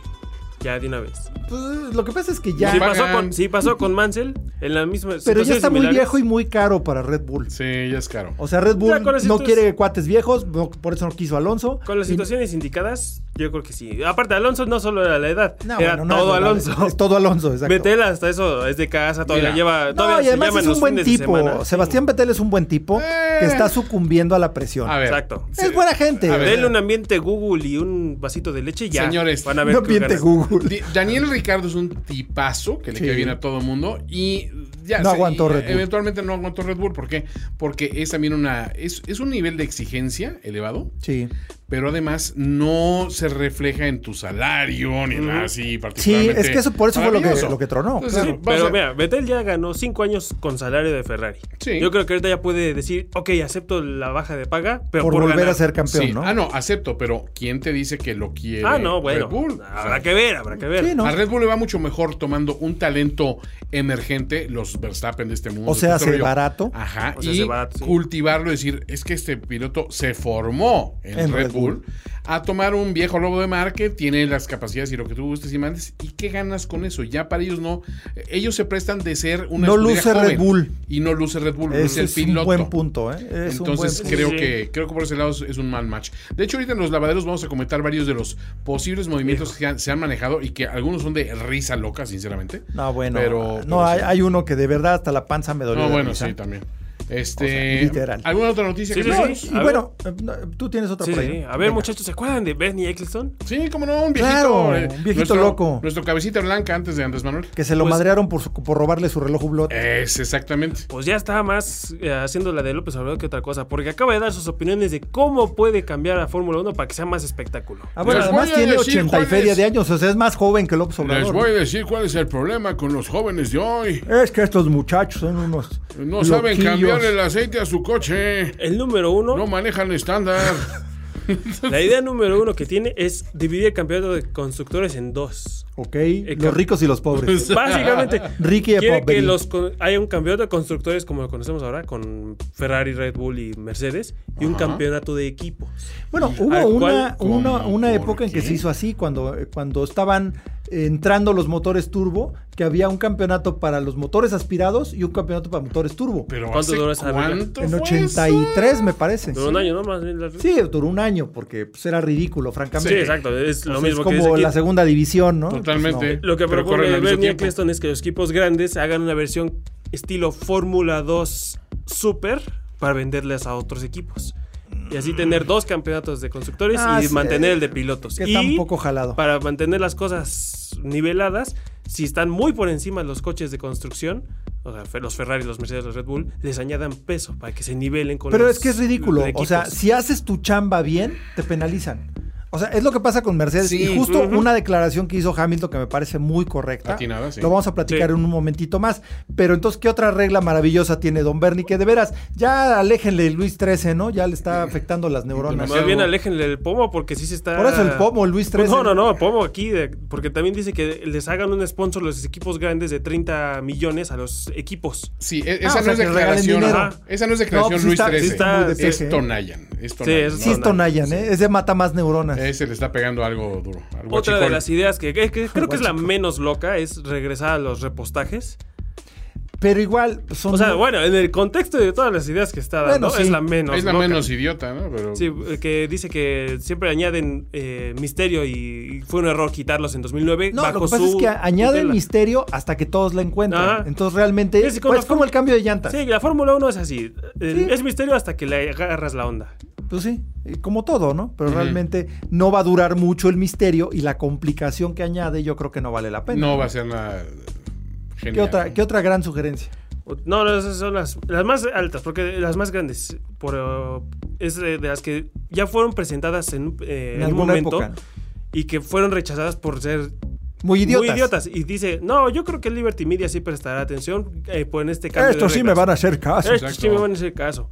Speaker 3: Ya de una vez.
Speaker 1: Pues, lo que pasa es que ya...
Speaker 3: Si,
Speaker 2: Sí,
Speaker 3: pasó
Speaker 2: Pagan.
Speaker 3: con, si pasó con Mansell, en la misma.
Speaker 1: pero ya
Speaker 3: situaciones
Speaker 1: está muy
Speaker 3: similares,
Speaker 1: viejo y muy caro para Red Bull.
Speaker 2: Sí, ya es caro.
Speaker 1: O sea, Red Bull
Speaker 3: con eso
Speaker 1: no
Speaker 3: entonces-
Speaker 1: quiere cuates viejos, no- por eso no quiso a Alonso.
Speaker 3: Con las
Speaker 1: Y-
Speaker 3: situaciones indicadas, yo creo que sí. Aparte, Alonso no solo era la edad,
Speaker 1: No,
Speaker 3: era
Speaker 1: bueno, no
Speaker 3: todo
Speaker 1: es verdad,
Speaker 3: Alonso.
Speaker 1: Es todo Alonso, exacto.
Speaker 3: Vettel hasta eso es de casa, todavía
Speaker 2: Mira.
Speaker 3: lleva. Todavía
Speaker 1: no, y
Speaker 3: se
Speaker 1: además
Speaker 3: llama en
Speaker 1: es un
Speaker 3: los
Speaker 1: buen
Speaker 3: fines de
Speaker 1: tipo.
Speaker 3: semana. Eh.
Speaker 1: Sebastián Vettel es un buen tipo que está sucumbiendo a la presión.
Speaker 2: A ver.
Speaker 3: Exacto.
Speaker 1: Es buena gente.
Speaker 2: A ver.
Speaker 3: Denle un ambiente Google y un vasito de leche y ya.
Speaker 2: Señores,
Speaker 3: van a ver
Speaker 1: no
Speaker 3: qué
Speaker 1: piente
Speaker 3: ganas.
Speaker 1: Google.
Speaker 2: Di- Daniel Ricardo es un tipazo que le
Speaker 1: Sí.
Speaker 2: cae bien a todo mundo y ya
Speaker 1: No
Speaker 2: se-
Speaker 1: aguantó
Speaker 2: y
Speaker 1: Red Bull.
Speaker 2: Eventualmente no aguantó Red Bull. ¿Por qué? Porque es también una. Es, es un nivel de exigencia elevado,
Speaker 1: Sí.
Speaker 2: pero además no se refleja en tu salario ni nada así
Speaker 1: Sí,
Speaker 2: particularmente.
Speaker 1: es que eso por eso fue lo que,
Speaker 2: maravilloso.
Speaker 1: lo que tronó.
Speaker 2: Entonces,
Speaker 3: Sí,
Speaker 2: vamos
Speaker 3: pero
Speaker 2: a-
Speaker 3: mira, Vettel ya ganó 5 años con salario de Ferrari.
Speaker 2: Sí.
Speaker 3: Yo creo que ahorita ya puede decir, ok, acepto la baja de paga, pero
Speaker 1: por,
Speaker 3: por,
Speaker 1: volver
Speaker 3: ganar.
Speaker 1: a ser campeón,
Speaker 2: sí.
Speaker 1: ¿no?
Speaker 2: Ah, no, acepto, pero ¿quién te dice que lo quiere?
Speaker 3: Ah, no, bueno.
Speaker 2: Red Bull. O
Speaker 3: Habrá
Speaker 2: sea,
Speaker 3: que ver, habrá que ver.
Speaker 1: Sí, no.
Speaker 2: A Red Bull le va mucho mejor tomando un talento emergente, los Verstappen de este mundo.
Speaker 1: O se
Speaker 2: este
Speaker 1: hace
Speaker 2: rollo.
Speaker 1: barato.
Speaker 2: Ajá.
Speaker 3: O se
Speaker 2: y
Speaker 3: hace barato, sí.
Speaker 2: cultivarlo, decir, es que este piloto se formó en, Red, Bull. a tomar un viejo lobo de mar que tiene las capacidades y lo que tú gustes y mandes. ¿Y qué ganas con eso? Ya para ellos no. Ellos se prestan de ser una
Speaker 1: No
Speaker 2: escudería
Speaker 1: luce Red
Speaker 2: joven.
Speaker 1: Bull.
Speaker 2: Y no luce Red Bull,
Speaker 1: Ese
Speaker 2: luce el
Speaker 1: es
Speaker 2: piloto.
Speaker 1: un buen punto, ¿eh? Es un buen
Speaker 2: Entonces
Speaker 1: punto.
Speaker 2: creo
Speaker 3: Sí.
Speaker 2: que creo que por ese lado es, es un mal match. De hecho, ahorita en los lavaderos vamos a comentar varios de los posibles movimientos que han- se han manejado y que algunos son de risa loca, sinceramente.
Speaker 1: No, bueno.
Speaker 2: Pero-
Speaker 1: no,
Speaker 2: pero
Speaker 1: hay,
Speaker 2: sí.
Speaker 1: hay uno que de verdad hasta la panza me dolió.
Speaker 2: No,
Speaker 1: de
Speaker 2: bueno,
Speaker 1: risa.
Speaker 2: sí, también. Este,
Speaker 1: literal.
Speaker 2: ¿Alguna otra noticia?
Speaker 3: Sí,
Speaker 2: que
Speaker 3: sí,
Speaker 2: tengas?
Speaker 3: sí.
Speaker 1: Y
Speaker 3: A ver.
Speaker 1: bueno, eh, no, tú tienes otra
Speaker 3: Sí,
Speaker 1: por
Speaker 3: sí,
Speaker 1: ahí.
Speaker 3: sí. A ver, pues,
Speaker 1: Venga.
Speaker 3: muchachos, ¿se acuerdan de Bernie Eccleston?
Speaker 2: Sí, cómo no, un viejito.
Speaker 1: Claro,
Speaker 2: eh,
Speaker 1: un viejito
Speaker 2: nuestro-
Speaker 1: loco.
Speaker 2: Nuestro cabecita blanca antes de Andrés Manuel.
Speaker 1: Que se lo
Speaker 3: Pues-
Speaker 1: madrearon por, su- por robarle su reloj Hublot.
Speaker 2: Es exactamente.
Speaker 3: Pues ya está más eh, haciendo la de López Obrador que otra cosa, porque acaba de dar sus opiniones de cómo puede cambiar a Fórmula 1 para que sea más espectáculo.
Speaker 1: ah, bueno,
Speaker 2: les voy
Speaker 1: además
Speaker 2: a
Speaker 1: tiene
Speaker 2: decir
Speaker 1: 80 y
Speaker 2: cuál
Speaker 1: feria
Speaker 2: es-
Speaker 1: de años, o sea, es más joven que López
Speaker 2: Les
Speaker 1: Obrador.
Speaker 2: voy a decir cuál es el problema con los jóvenes de hoy.
Speaker 1: Es que estos muchachos son unos.
Speaker 2: No saben
Speaker 1: loquillos.
Speaker 2: cambiar el aceite a su coche.
Speaker 3: El número uno,
Speaker 2: No manejan estándar.
Speaker 3: la idea número uno que tiene es dividir el campeonato de constructores en dos.
Speaker 1: Ok, los ricos y los pobres.
Speaker 3: Básicamente,
Speaker 1: Ricky
Speaker 3: quiere
Speaker 1: Epo-
Speaker 3: que
Speaker 1: Belli.
Speaker 3: los con- haya un campeonato de constructores como lo conocemos ahora, con Ferrari, Red Bull y Mercedes, y un campeonato de equipos.
Speaker 1: Bueno,
Speaker 3: al
Speaker 1: hubo una,
Speaker 3: cual-
Speaker 1: una,
Speaker 2: ¿Cómo?
Speaker 1: una
Speaker 2: ¿Por
Speaker 1: época en que
Speaker 2: qué?
Speaker 1: se hizo así, cuando, eh, cuando estaban entrando los motores turbo, que había un campeonato para los motores aspirados y un campeonato para motores turbo.
Speaker 2: Pero
Speaker 3: ¿Cuánto
Speaker 2: ¿hace
Speaker 3: duró esa regla?
Speaker 2: cuánto
Speaker 1: en
Speaker 2: fue
Speaker 1: 83, me parece.
Speaker 3: Duró un año, ¿no? Más bien la-
Speaker 1: Sí, duró un año, porque pues, era ridículo,
Speaker 3: Sí,
Speaker 1: francamente.
Speaker 3: exacto. Es lo
Speaker 1: O sea,
Speaker 3: mismo
Speaker 1: es
Speaker 3: que
Speaker 1: como
Speaker 3: dice aquí.
Speaker 1: la segunda división, ¿no?
Speaker 2: Totalmente.
Speaker 1: Pues,
Speaker 3: Lo que
Speaker 2: Pero corren
Speaker 3: propone
Speaker 2: al mismo
Speaker 3: Bernie
Speaker 2: tiempo.
Speaker 3: Eccleston es que los equipos grandes hagan una versión estilo Fórmula 2 Super para venderles a otros equipos. Y así tener dos campeonatos de constructores
Speaker 1: Ah,
Speaker 3: y
Speaker 1: sí.
Speaker 3: mantener el de pilotos.
Speaker 1: Que
Speaker 3: y
Speaker 1: tampoco jalado.
Speaker 3: Para mantener las cosas niveladas, si están muy por encima los coches de construcción, o sea, fe- los Ferrari, los Mercedes, los Red Bull, les añadan peso para que se nivelen con
Speaker 1: Pero
Speaker 3: los
Speaker 1: es que es ridículo. O
Speaker 3: equipos.
Speaker 1: sea, si haces tu chamba bien, te penalizan. O sea, es lo que pasa con Mercedes.
Speaker 2: Sí.
Speaker 1: y justo
Speaker 3: Ujú.
Speaker 1: una declaración que hizo Hamilton que me parece muy correcta.
Speaker 2: Atinada, sí.
Speaker 1: Lo vamos a platicar
Speaker 3: Sí.
Speaker 1: en un momentito más. Pero entonces, ¿qué otra regla maravillosa tiene Don Bernie? Que de veras, ya aléjenle Luis XIII, ¿no? Ya le está afectando las neuronas.
Speaker 3: Más bien aléjenle el pomo porque sí se está.
Speaker 1: Por
Speaker 3: Pues
Speaker 1: eso el pomo, Luis XIII.
Speaker 3: No, no, no, pomo aquí. de- porque también dice que les hagan un sponsor los equipos grandes de 30 millones a los equipos.
Speaker 2: Sí, e-
Speaker 1: Ah,
Speaker 2: esa,
Speaker 1: o
Speaker 2: no
Speaker 1: sea,
Speaker 2: es
Speaker 1: que regalen
Speaker 2: declaración,
Speaker 1: dinero.
Speaker 2: Ajá. esa no es declaración
Speaker 1: No, pues sí
Speaker 2: Luis
Speaker 1: está- sí
Speaker 2: XIII.
Speaker 3: está-
Speaker 1: muy de
Speaker 2: es
Speaker 1: peje, ¿eh?
Speaker 2: Tonayan. Es
Speaker 3: Sí,
Speaker 2: Tonayan,
Speaker 3: es-
Speaker 2: ¿no?
Speaker 1: Sí, es Tonayan, ¿eh? Ese mata más neuronas.
Speaker 2: Ese le está pegando algo duro. al
Speaker 3: Otra de
Speaker 2: huachicol.
Speaker 3: las ideas que, que- que creo que es la menos loca es regresar a los repostajes.
Speaker 1: Pero igual son.
Speaker 3: O sea, bueno, en el contexto de todas las ideas que está dando,
Speaker 1: Bueno, sí.
Speaker 3: es la menos
Speaker 2: Es la
Speaker 3: loca.
Speaker 2: menos idiota, ¿no? Pero
Speaker 3: Sí, eh, que dice que siempre añaden eh, misterio y, y fue un error quitarlos en 2009.
Speaker 1: No, lo
Speaker 3: bajo
Speaker 1: que pasa
Speaker 3: su
Speaker 1: es que añaden
Speaker 3: tutela.
Speaker 1: misterio hasta que todos la encuentran.
Speaker 3: Ajá.
Speaker 1: Entonces realmente
Speaker 3: Es
Speaker 1: es,
Speaker 3: como-
Speaker 1: pues, como el cambio de llantas.
Speaker 3: Sí, la Fórmula 1 es así. Eh,
Speaker 1: Sí.
Speaker 3: Es misterio hasta que le agarras la onda.
Speaker 1: Pues sí, eh, como todo, ¿no? Pero realmente no va a durar mucho el misterio y la complicación que añade yo creo que no vale la pena.
Speaker 2: no va a ser nada genial.
Speaker 1: ¿Qué, otra,
Speaker 2: ¿no?
Speaker 1: ¿Qué otra gran sugerencia?
Speaker 3: O- No, no, esas son las, las más altas, porque las más grandes por, eh, es de, de las que ya fueron presentadas en, eh, en un
Speaker 1: alguna
Speaker 3: momento
Speaker 1: época.
Speaker 3: y que fueron rechazadas por ser
Speaker 1: Muy idiotas.
Speaker 3: muy idiotas. Y dice, no, yo creo que Liberty Media sí prestará atención eh, pues en este cambio
Speaker 1: Esto
Speaker 3: de
Speaker 1: sí me
Speaker 3: reglas".
Speaker 1: van a hacer caso.
Speaker 3: Esto sí
Speaker 2: Exacto.
Speaker 3: me van a hacer caso.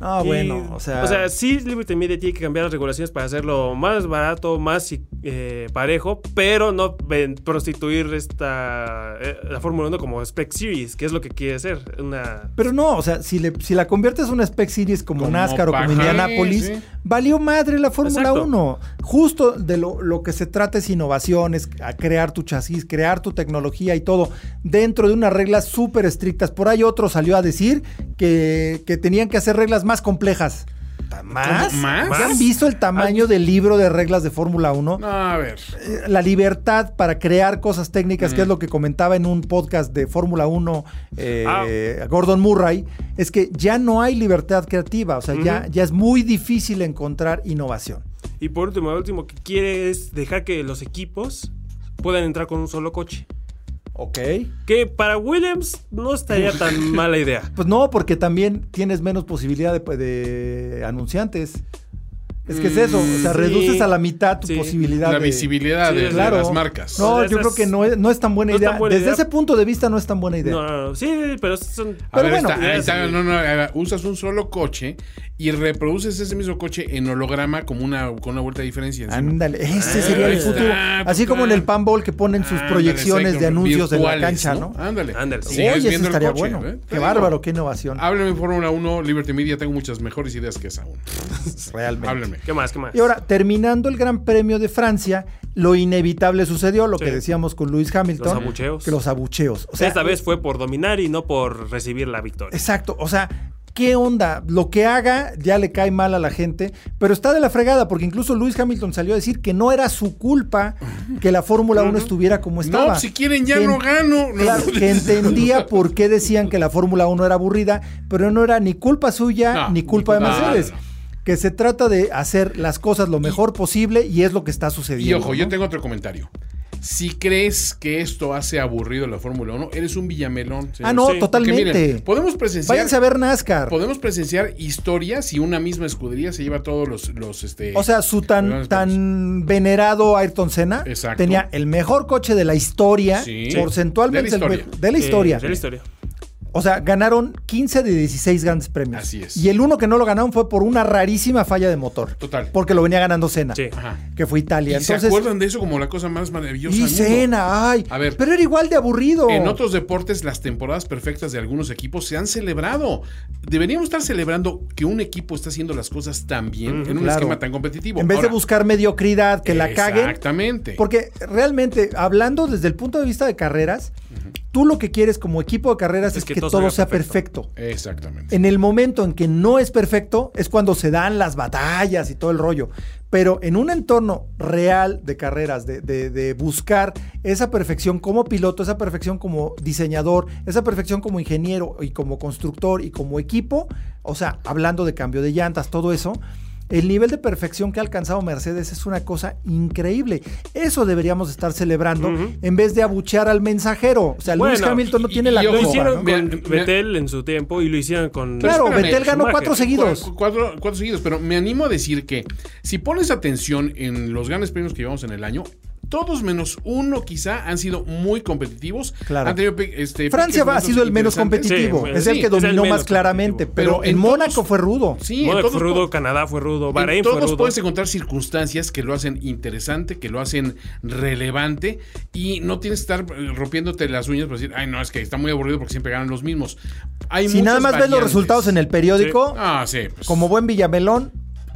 Speaker 1: Ah,
Speaker 3: Y-
Speaker 1: bueno, o sea,
Speaker 3: sí, Liberty Media tiene que cambiar las regulaciones para hacerlo más barato, más eh, parejo, pero no ven- prostituir esta eh, la Fórmula 1 como Spec Series, que es lo que quiere hacer. Una.
Speaker 1: Pero no, o sea, si, le, si la conviertes en una Spec Series como,
Speaker 2: Como
Speaker 1: NASCAR o
Speaker 2: pa-
Speaker 1: como
Speaker 2: sí,
Speaker 1: Indianapolis,
Speaker 2: sí.
Speaker 1: valió madre la Fórmula
Speaker 3: Exacto.
Speaker 1: 1. Justo de lo, lo que se trata es innovaciones, a crear tu chasis, crear tu tecnología y todo, dentro de unas reglas súper estrictas. Por ahí otro salió a decir que, que tenían que hacer reglas más complejas. ¿Más?
Speaker 2: ¿Más?
Speaker 1: ¿Ya ¿Han visto el tamaño del libro de reglas de Fórmula 1?
Speaker 2: No, a ver.
Speaker 1: la libertad para crear cosas técnicas, que es lo que comentaba en un podcast de Fórmula 1 eh,
Speaker 3: Ah.
Speaker 1: Gordon Murray, es que ya no hay libertad creativa, o sea, ya, ya es muy difícil encontrar innovación.
Speaker 3: Y por último, lo último que quiere es dejar que los equipos puedan entrar con un solo coche.
Speaker 1: Ok.
Speaker 3: Que para Williams no estaría tan mala idea.
Speaker 1: Pues no, porque también tienes menos posibilidad de, de anunciantes. Es que es eso, o sea,
Speaker 3: Mm, sí.
Speaker 1: reduces a la mitad tu
Speaker 3: Sí.
Speaker 1: posibilidad
Speaker 2: La
Speaker 1: de...
Speaker 2: visibilidad
Speaker 3: Sí,
Speaker 2: de, de
Speaker 3: claro.
Speaker 2: las marcas.
Speaker 1: No,
Speaker 3: O sea,
Speaker 1: yo creo
Speaker 3: esas-
Speaker 1: que no es, no es tan buena
Speaker 3: no es
Speaker 1: idea.
Speaker 3: tan buena
Speaker 1: Desde
Speaker 3: idea.
Speaker 1: ese punto de vista no es tan buena idea.
Speaker 3: No, no, no. Sí, pero son.
Speaker 2: A
Speaker 1: Pero
Speaker 2: ver,
Speaker 1: bueno,
Speaker 2: está- ahí
Speaker 3: ideas
Speaker 2: está,
Speaker 3: de-
Speaker 2: no, no, ahora, usas un solo coche y reproduces ese mismo coche en holograma como una, con una vuelta de diferencia. encima.
Speaker 1: Ándale, ese
Speaker 2: Ah,
Speaker 1: sería el
Speaker 2: está,
Speaker 1: futuro. Así
Speaker 2: pues,
Speaker 1: como en el
Speaker 2: claro.
Speaker 1: panball que ponen sus
Speaker 2: Ándale,
Speaker 1: proyecciones de
Speaker 2: exacto,
Speaker 1: anuncios en la
Speaker 2: virtuales,
Speaker 1: cancha, ¿no?
Speaker 2: Ándale.
Speaker 3: Ándale.
Speaker 2: Sigues
Speaker 1: Oye, eso
Speaker 2: viendo el
Speaker 1: estaría
Speaker 2: coche,
Speaker 1: bueno.
Speaker 2: ¿eh? Ah, Te
Speaker 1: Qué
Speaker 2: digo,
Speaker 1: bárbaro, qué innovación.
Speaker 2: Háblame en Fórmula 1, Liberty Media, tengo muchas mejores ideas que esa aún.
Speaker 1: Realmente.
Speaker 2: Háblame.
Speaker 3: ¿Qué más? ¿Qué
Speaker 2: ah,
Speaker 3: más?
Speaker 1: Y ahora, terminando el Gran Premio de Francia, lo inevitable sucedió, lo
Speaker 3: Sí.
Speaker 1: que decíamos con Lewis Hamilton.
Speaker 3: Los abucheos.
Speaker 1: Que los abucheos. O sea, eh,
Speaker 3: Esta vez fue por dominar y no por recibir la victoria.
Speaker 1: Exacto, o sea, ¿qué onda? Lo que haga ya le cae mal a la gente, pero está de la fregada, porque incluso Lewis Hamilton salió a decir que no era su culpa que la Fórmula 1 estuviera como estaba.
Speaker 2: No, si quieren ya
Speaker 1: Que-
Speaker 2: no gano. No.
Speaker 1: Claro, que entendía por qué decían que la Fórmula 1 era aburrida, pero no era ni culpa suya
Speaker 2: No,
Speaker 1: ni
Speaker 2: ni
Speaker 1: culpa de
Speaker 2: culpa-
Speaker 1: Mercedes.
Speaker 2: no, no,
Speaker 1: Que se trata de hacer las cosas lo mejor posible y es lo que está
Speaker 2: Y
Speaker 1: sucediendo.
Speaker 2: ojo, yo
Speaker 1: ¿no?
Speaker 2: tengo otro comentario. Si crees que esto hace aburrido la Fórmula 1, eres un villamelón.
Speaker 1: Ah, no,
Speaker 3: Sí,
Speaker 2: Porque miren,
Speaker 1: totalmente.
Speaker 2: podemos presenciar.
Speaker 1: Váyanse a ver NASCAR.
Speaker 2: Podemos presenciar historias y una misma escudería se lleva todos los, los este.
Speaker 1: O sea, su tan,
Speaker 2: Perdón,
Speaker 1: tan venerado Ayrton Senna
Speaker 2: Exacto.
Speaker 1: tenía el mejor coche de la historia,
Speaker 2: Sí.
Speaker 1: porcentualmente
Speaker 2: De la
Speaker 1: el me-
Speaker 2: historia.
Speaker 1: de la
Speaker 3: Eh,
Speaker 1: historia.
Speaker 3: de la historia.
Speaker 1: O sea, ganaron 15 de 16 grandes premios.
Speaker 2: Así es.
Speaker 1: Y el uno que no lo ganaron fue por una rarísima falla de motor.
Speaker 2: Total.
Speaker 1: Porque lo venía ganando Senna,
Speaker 3: Sí.
Speaker 2: Ajá.
Speaker 1: que fue
Speaker 2: Y
Speaker 1: Italia.
Speaker 2: se
Speaker 1: Entonces,
Speaker 2: acuerdan de eso como la cosa más maravillosa.
Speaker 1: y
Speaker 2: del mundo.
Speaker 1: Senna, ay.
Speaker 2: A ver.
Speaker 1: pero era igual de aburrido.
Speaker 2: En otros deportes, las temporadas perfectas de algunos equipos se han celebrado. Deberíamos estar celebrando que un equipo está haciendo las cosas tan bien en un
Speaker 1: claro.
Speaker 2: esquema tan competitivo.
Speaker 1: en vez de
Speaker 2: Ahora,
Speaker 1: buscar mediocridad, que la caguen,
Speaker 2: Exactamente.
Speaker 1: Porque realmente, hablando desde el punto de vista de carreras, tú lo que quieres como equipo de carreras es,
Speaker 3: que
Speaker 1: que
Speaker 3: todo
Speaker 1: todo,
Speaker 3: salga
Speaker 1: sea
Speaker 3: perfecto.
Speaker 1: perfecto.
Speaker 2: Exactamente.
Speaker 1: En el momento en que no es perfecto es cuando se dan las batallas y todo el rollo. Pero en un entorno real de carreras, de, de- de buscar esa perfección como piloto, esa perfección como diseñador, esa perfección como ingeniero y como constructor y como equipo, o sea, hablando de cambio de llantas, todo eso, el nivel de perfección que ha alcanzado Mercedes es una cosa increíble. Eso deberíamos estar celebrando en vez de abuchear al mensajero. O sea, Lewis
Speaker 3: Bueno,
Speaker 1: Hamilton no
Speaker 2: y-
Speaker 1: tiene
Speaker 2: y
Speaker 1: la
Speaker 2: ojo,
Speaker 3: Lo
Speaker 1: culpa.
Speaker 3: hicieron
Speaker 1: ¿no?
Speaker 2: Mira,
Speaker 3: con
Speaker 2: mira.
Speaker 3: Vettel en su tiempo y lo hicieron con.
Speaker 1: Claro,
Speaker 2: Espérame,
Speaker 1: Vettel ganó
Speaker 3: Schumacher.
Speaker 1: cuatro seguidos.
Speaker 2: Cu- Cuatro, cuatro seguidos, pero me animo a decir que si pones atención en los grandes premios que llevamos en el año, todos menos uno quizá han sido muy competitivos.
Speaker 1: Claro.
Speaker 2: Han tenido, pe- este,
Speaker 1: Francia
Speaker 2: pequeños
Speaker 1: ha sido el menos
Speaker 2: interesantes.
Speaker 1: competitivo,
Speaker 3: Sí,
Speaker 1: es
Speaker 3: sí,
Speaker 1: el
Speaker 2: es
Speaker 1: que
Speaker 2: el
Speaker 1: dominó
Speaker 3: menos
Speaker 1: más claramente,
Speaker 3: competitivo.
Speaker 1: pero,
Speaker 2: Pero
Speaker 1: en
Speaker 2: en
Speaker 1: Mónaco
Speaker 2: todos-
Speaker 1: fue rudo.
Speaker 2: Sí,
Speaker 3: Mónaco
Speaker 2: entonces,
Speaker 3: fue rudo, Canadá fue rudo,
Speaker 2: En
Speaker 3: Bahrein fue
Speaker 2: todos
Speaker 3: rudo.
Speaker 2: puedes encontrar circunstancias que lo hacen interesante, que lo hacen relevante y no tienes que estar eh, rompiéndote las uñas para decir, ay, no, es que está muy aburrido porque siempre ganan los mismos. Hay
Speaker 1: Si nada más ves los resultados en el periódico,
Speaker 2: Ah, sí. pues,
Speaker 1: como buen Villamelón,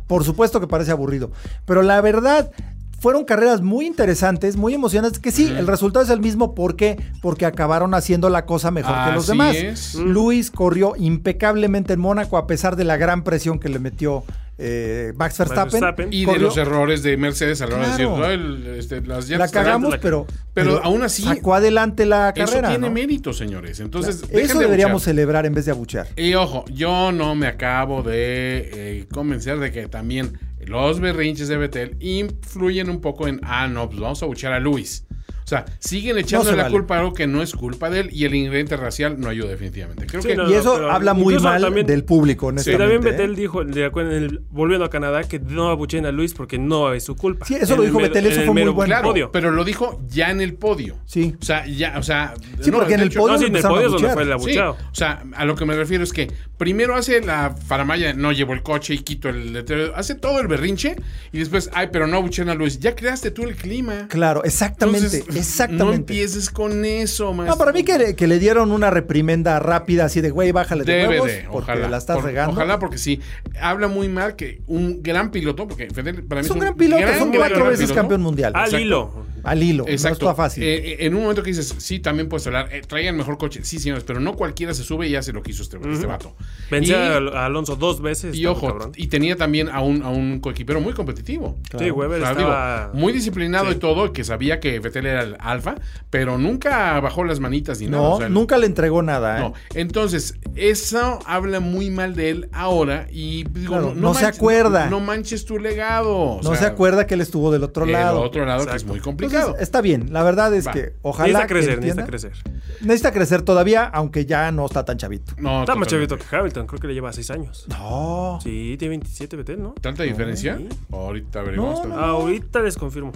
Speaker 1: Por supuesto que parece aburrido. Pero la verdad, fueron carreras muy interesantes, muy emocionantes, que sí, el resultado es el mismo. ¿Por qué? Porque acabaron haciendo la cosa mejor que los
Speaker 2: Así
Speaker 1: demás.
Speaker 2: es.
Speaker 1: Luis corrió impecablemente en Mónaco a pesar de la gran presión que le metió eh, Max Verstappen.
Speaker 3: Verstappen.
Speaker 2: Y de
Speaker 1: Corrió-
Speaker 2: los errores de Mercedes a la hora de decir,
Speaker 1: Claro.
Speaker 2: "No, el, este, las llantas
Speaker 1: la
Speaker 2: están
Speaker 1: cagamos,
Speaker 3: la-
Speaker 1: pero,
Speaker 2: pero aún así-
Speaker 1: sacó adelante la
Speaker 2: Eso
Speaker 1: carrera.
Speaker 2: tiene
Speaker 1: ¿no?
Speaker 2: mérito, señores. Entonces, dejen
Speaker 1: Eso
Speaker 2: de
Speaker 1: deberíamos
Speaker 2: buchar.
Speaker 1: celebrar en vez de abuchear.
Speaker 2: Y ojo, yo no me acabo de eh, convencer de que también los berrinches de Betel influyen un poco en, ah, no, pues vamos a buchar a Luis. O sea, siguen echando
Speaker 1: se
Speaker 2: la
Speaker 1: vale.
Speaker 2: culpa a algo que no es culpa de él y el ingrediente racial no ayuda definitivamente. Creo
Speaker 3: Sí,
Speaker 2: que
Speaker 3: no,
Speaker 1: y
Speaker 3: no,
Speaker 1: eso
Speaker 3: pero
Speaker 1: habla muy
Speaker 3: incluso
Speaker 1: mal
Speaker 3: también-
Speaker 1: del público,
Speaker 3: Y
Speaker 1: honestamente.
Speaker 3: también
Speaker 1: ¿eh?
Speaker 3: Betel dijo, le acuerdan, en el- volviendo a Canadá, que no abucheen a Luis porque no es su culpa.
Speaker 1: Sí, eso
Speaker 3: En
Speaker 1: lo
Speaker 3: el
Speaker 1: dijo
Speaker 3: mero-
Speaker 1: Betel,
Speaker 3: en
Speaker 1: eso
Speaker 3: el
Speaker 1: fue muy
Speaker 3: mero
Speaker 1: bueno.
Speaker 2: Claro,
Speaker 3: podio.
Speaker 2: pero lo dijo ya en el podio.
Speaker 1: Sí.
Speaker 2: O sea, ya, o sea.
Speaker 1: Sí, porque
Speaker 2: de
Speaker 1: en el
Speaker 3: No,
Speaker 1: podio
Speaker 3: sí, en el
Speaker 1: empezaron
Speaker 3: podio
Speaker 1: a
Speaker 3: es donde
Speaker 1: abuchear.
Speaker 3: fue el
Speaker 2: Sí,
Speaker 3: abuchado.
Speaker 2: o sea, a lo que me refiero es que primero hace la faramaya, no llevo el coche y quito el letrero, hace todo el berrinche y después, ay, pero no abuchen a Luis, ya creaste tú el clima.
Speaker 1: Claro, exactamente,
Speaker 2: Entonces, No
Speaker 1: exactamente.
Speaker 2: empieces con eso, maestro.
Speaker 1: No, para mí que, que le dieron una reprimenda rápida así de, güey, bájale de
Speaker 2: Debe
Speaker 1: huevos
Speaker 2: de,
Speaker 1: porque
Speaker 2: ojalá.
Speaker 1: la estás
Speaker 2: Por-
Speaker 1: regando.
Speaker 2: Ojalá, porque sí. Habla muy mal que un gran piloto, porque Federer para mí
Speaker 1: es un gran piloto,
Speaker 2: gran,
Speaker 1: son
Speaker 2: gran,
Speaker 1: cuatro
Speaker 2: gran
Speaker 1: veces
Speaker 2: piloto.
Speaker 1: campeón mundial.
Speaker 3: Al
Speaker 1: Exacto.
Speaker 3: hilo.
Speaker 1: Al hilo, no
Speaker 2: Exacto.
Speaker 1: está fácil.
Speaker 2: Eh, eh, en un momento que dices, sí, también puedes hablar, eh, traía el mejor coche. Sí, señores, pero no cualquiera se sube y hace lo que hizo este, este vato.
Speaker 3: Vencer
Speaker 2: Y-
Speaker 3: a Alonso dos veces.
Speaker 2: Y
Speaker 3: está muy
Speaker 2: ojo,
Speaker 3: cabrón.
Speaker 2: y tenía también a un, a un coequipero muy competitivo.
Speaker 3: Sí, Weber
Speaker 2: O sea,
Speaker 3: estaba...
Speaker 2: digo, muy disciplinado y todo, que sabía que Vettel era el alfa, pero nunca bajó las manitas ni
Speaker 1: no,
Speaker 2: nada. o sea,
Speaker 1: nunca le entregó nada. ¿eh?
Speaker 2: no. Entonces, eso habla muy mal de él ahora y digo,
Speaker 1: Claro, no se acuerda.
Speaker 2: No manches tu legado. o
Speaker 1: No
Speaker 2: sea,
Speaker 1: se acuerda que él estuvo del otro
Speaker 2: el
Speaker 1: lado.
Speaker 2: otro lado que es
Speaker 3: Exacto.
Speaker 2: muy
Speaker 1: Entonces,
Speaker 2: complicado.
Speaker 1: está bien, la verdad es
Speaker 2: Va.
Speaker 1: que ojalá.
Speaker 3: Necesita
Speaker 1: que
Speaker 3: crecer,
Speaker 1: entienda.
Speaker 3: necesita crecer.
Speaker 1: Necesita crecer todavía, aunque ya no está tan chavito.
Speaker 2: no,
Speaker 3: Está más
Speaker 2: totalmente.
Speaker 3: chavito que Hamilton, creo que le lleva seis años.
Speaker 1: No.
Speaker 3: Sí, tiene 27 Betel, ¿no?
Speaker 2: ¿Tanta diferencia?
Speaker 3: Sí.
Speaker 2: Ahorita averiguamos.
Speaker 1: No, no.
Speaker 3: Ahorita les confirmo.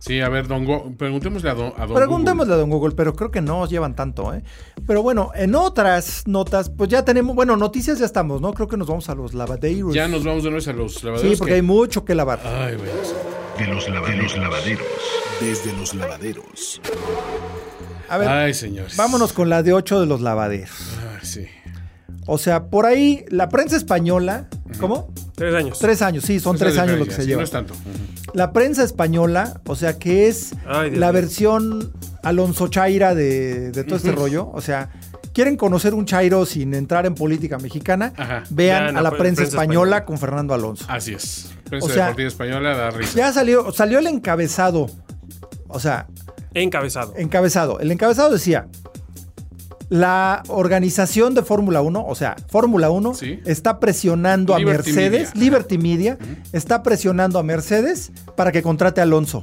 Speaker 2: Sí, a ver, don Go- preguntémosle a don, a don
Speaker 1: Preguntémosle a Don Google, pero creo que no os llevan tanto, ¿eh? Pero bueno, en otras notas, pues ya tenemos, bueno, noticias ya estamos, ¿no? Creo que nos vamos a los lavaderos.
Speaker 2: Google. Ya nos vamos de nuevo a los lavaderos.
Speaker 1: Sí, porque
Speaker 2: que-
Speaker 1: hay mucho que lavar.
Speaker 2: Ay, güey.
Speaker 4: De los lavaderos. Desde los lavaderos.
Speaker 1: A ver,
Speaker 2: Ay, señores.
Speaker 1: vámonos con la de 8 de los lavaderos.
Speaker 2: Ay, sí.
Speaker 1: O sea, por ahí, la prensa española, ¿cómo?
Speaker 3: Tres años.
Speaker 1: Tres años, sí, son
Speaker 2: Esa
Speaker 1: tres años lo que
Speaker 2: diferencia,
Speaker 1: se
Speaker 2: sí,
Speaker 1: lleva.
Speaker 2: No es tanto. Ujú.
Speaker 1: La prensa española, o sea, que es
Speaker 3: Ay, Dios
Speaker 1: la
Speaker 3: mío.
Speaker 1: versión Alonso Chaira de, de todo este rollo. O sea, quieren conocer un Chairo sin entrar en política mexicana,
Speaker 2: Ajá.
Speaker 1: vean
Speaker 3: Vean
Speaker 1: a
Speaker 3: la
Speaker 1: la
Speaker 3: pre-
Speaker 1: prensa,
Speaker 3: prensa
Speaker 1: española,
Speaker 3: española.
Speaker 1: con Fernando Alonso.
Speaker 2: Así es. Prensa
Speaker 1: O sea,
Speaker 2: deportiva española da risa.
Speaker 1: Ya salió, salió el encabezado. O sea,
Speaker 3: Encabezado.
Speaker 1: encabezado. El encabezado decía, la organización de Fórmula 1, o sea, Fórmula 1
Speaker 2: Sí.
Speaker 1: está presionando
Speaker 2: Liberty
Speaker 1: a Mercedes,
Speaker 2: Media.
Speaker 1: Liberty Media, está presionando a Mercedes para que contrate a Alonso.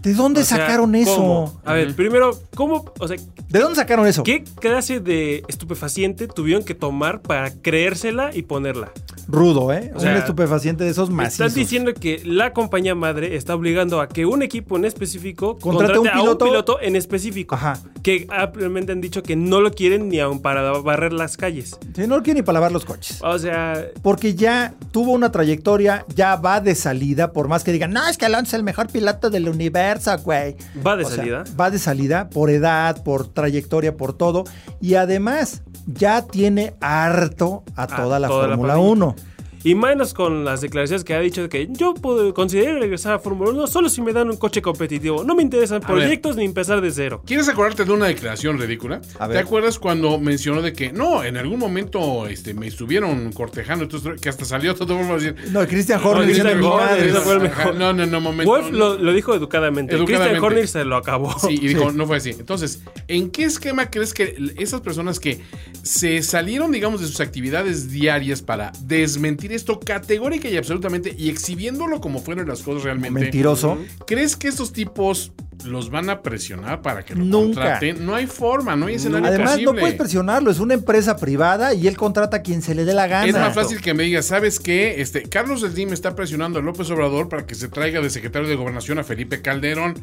Speaker 1: ¿De dónde
Speaker 3: O sea,
Speaker 1: sacaron eso?
Speaker 3: ¿cómo? A ver, primero, ¿cómo? O sea,
Speaker 1: ¿De dónde sacaron eso?
Speaker 3: ¿qué clase de estupefaciente tuvieron que tomar para creérsela y ponerla?
Speaker 1: Rudo, ¿eh?
Speaker 3: O sea,
Speaker 1: un estupefaciente de esos
Speaker 3: Estás
Speaker 1: macizos.
Speaker 3: diciendo que la compañía madre está obligando a que un equipo en específico
Speaker 1: Contrate
Speaker 3: contrate,
Speaker 1: a un
Speaker 3: a un
Speaker 1: piloto-
Speaker 3: piloto en específico.
Speaker 1: Ajá.
Speaker 3: Que ampliamente han dicho que no lo quieren ni aun para barrer las calles.
Speaker 1: Sí, no lo quieren ni para lavar los coches.
Speaker 3: O sea,
Speaker 1: Porque ya tuvo una trayectoria, ya va de salida, por más que digan, no, es que Alonso es el mejor piloto del universo, güey.
Speaker 3: va de
Speaker 1: O sea,
Speaker 3: salida.
Speaker 1: va de salida por edad, por trayectoria, por todo. Y además, ya tiene harto a toda la
Speaker 3: toda la
Speaker 1: Fórmula
Speaker 3: parrilla.
Speaker 1: 1.
Speaker 3: Y menos con las declaraciones que ha dicho de que yo puedo considero regresar a Fórmula 1 solo si me dan un coche competitivo. No me interesan
Speaker 2: ver.
Speaker 3: proyectos ni empezar de cero.
Speaker 2: ¿Quieres acordarte de una declaración ridícula?
Speaker 1: A
Speaker 2: ¿Te
Speaker 1: ver.
Speaker 2: acuerdas cuando mencionó de que no, en algún momento este, me estuvieron cortejando, entonces, que hasta salió todo el mundo a decir.
Speaker 1: No, Christian
Speaker 3: No,
Speaker 1: Horner
Speaker 3: Christian
Speaker 1: diciendo,
Speaker 3: Horner,
Speaker 1: "Madres".
Speaker 3: ese fue
Speaker 2: Ajá,
Speaker 3: el mejor.
Speaker 2: no, no, no, momento.
Speaker 3: Wolf lo, lo dijo educadamente.
Speaker 2: Educadamente.
Speaker 3: Christian Horner se lo acabó.
Speaker 2: Sí, y dijo, no fue así. Entonces, ¿en qué esquema crees que l- esas personas que se salieron, digamos, de sus actividades diarias para desmentir esto categórica y absolutamente y exhibiéndolo como fueron las cosas realmente?
Speaker 1: Mentiroso.
Speaker 2: ¿Crees que estos tipos los van a presionar para que lo
Speaker 1: Nunca.
Speaker 2: contraten? No hay forma, no hay escenario
Speaker 1: Además, no
Speaker 2: posible.
Speaker 1: puedes presionarlo, es una empresa privada y él contrata a quien se le dé la gana.
Speaker 2: es más fácil que me digas, ¿sabes qué? Este, Carlos Slim está presionando a López Obrador para que se traiga de secretario de Gobernación a Felipe Calderón.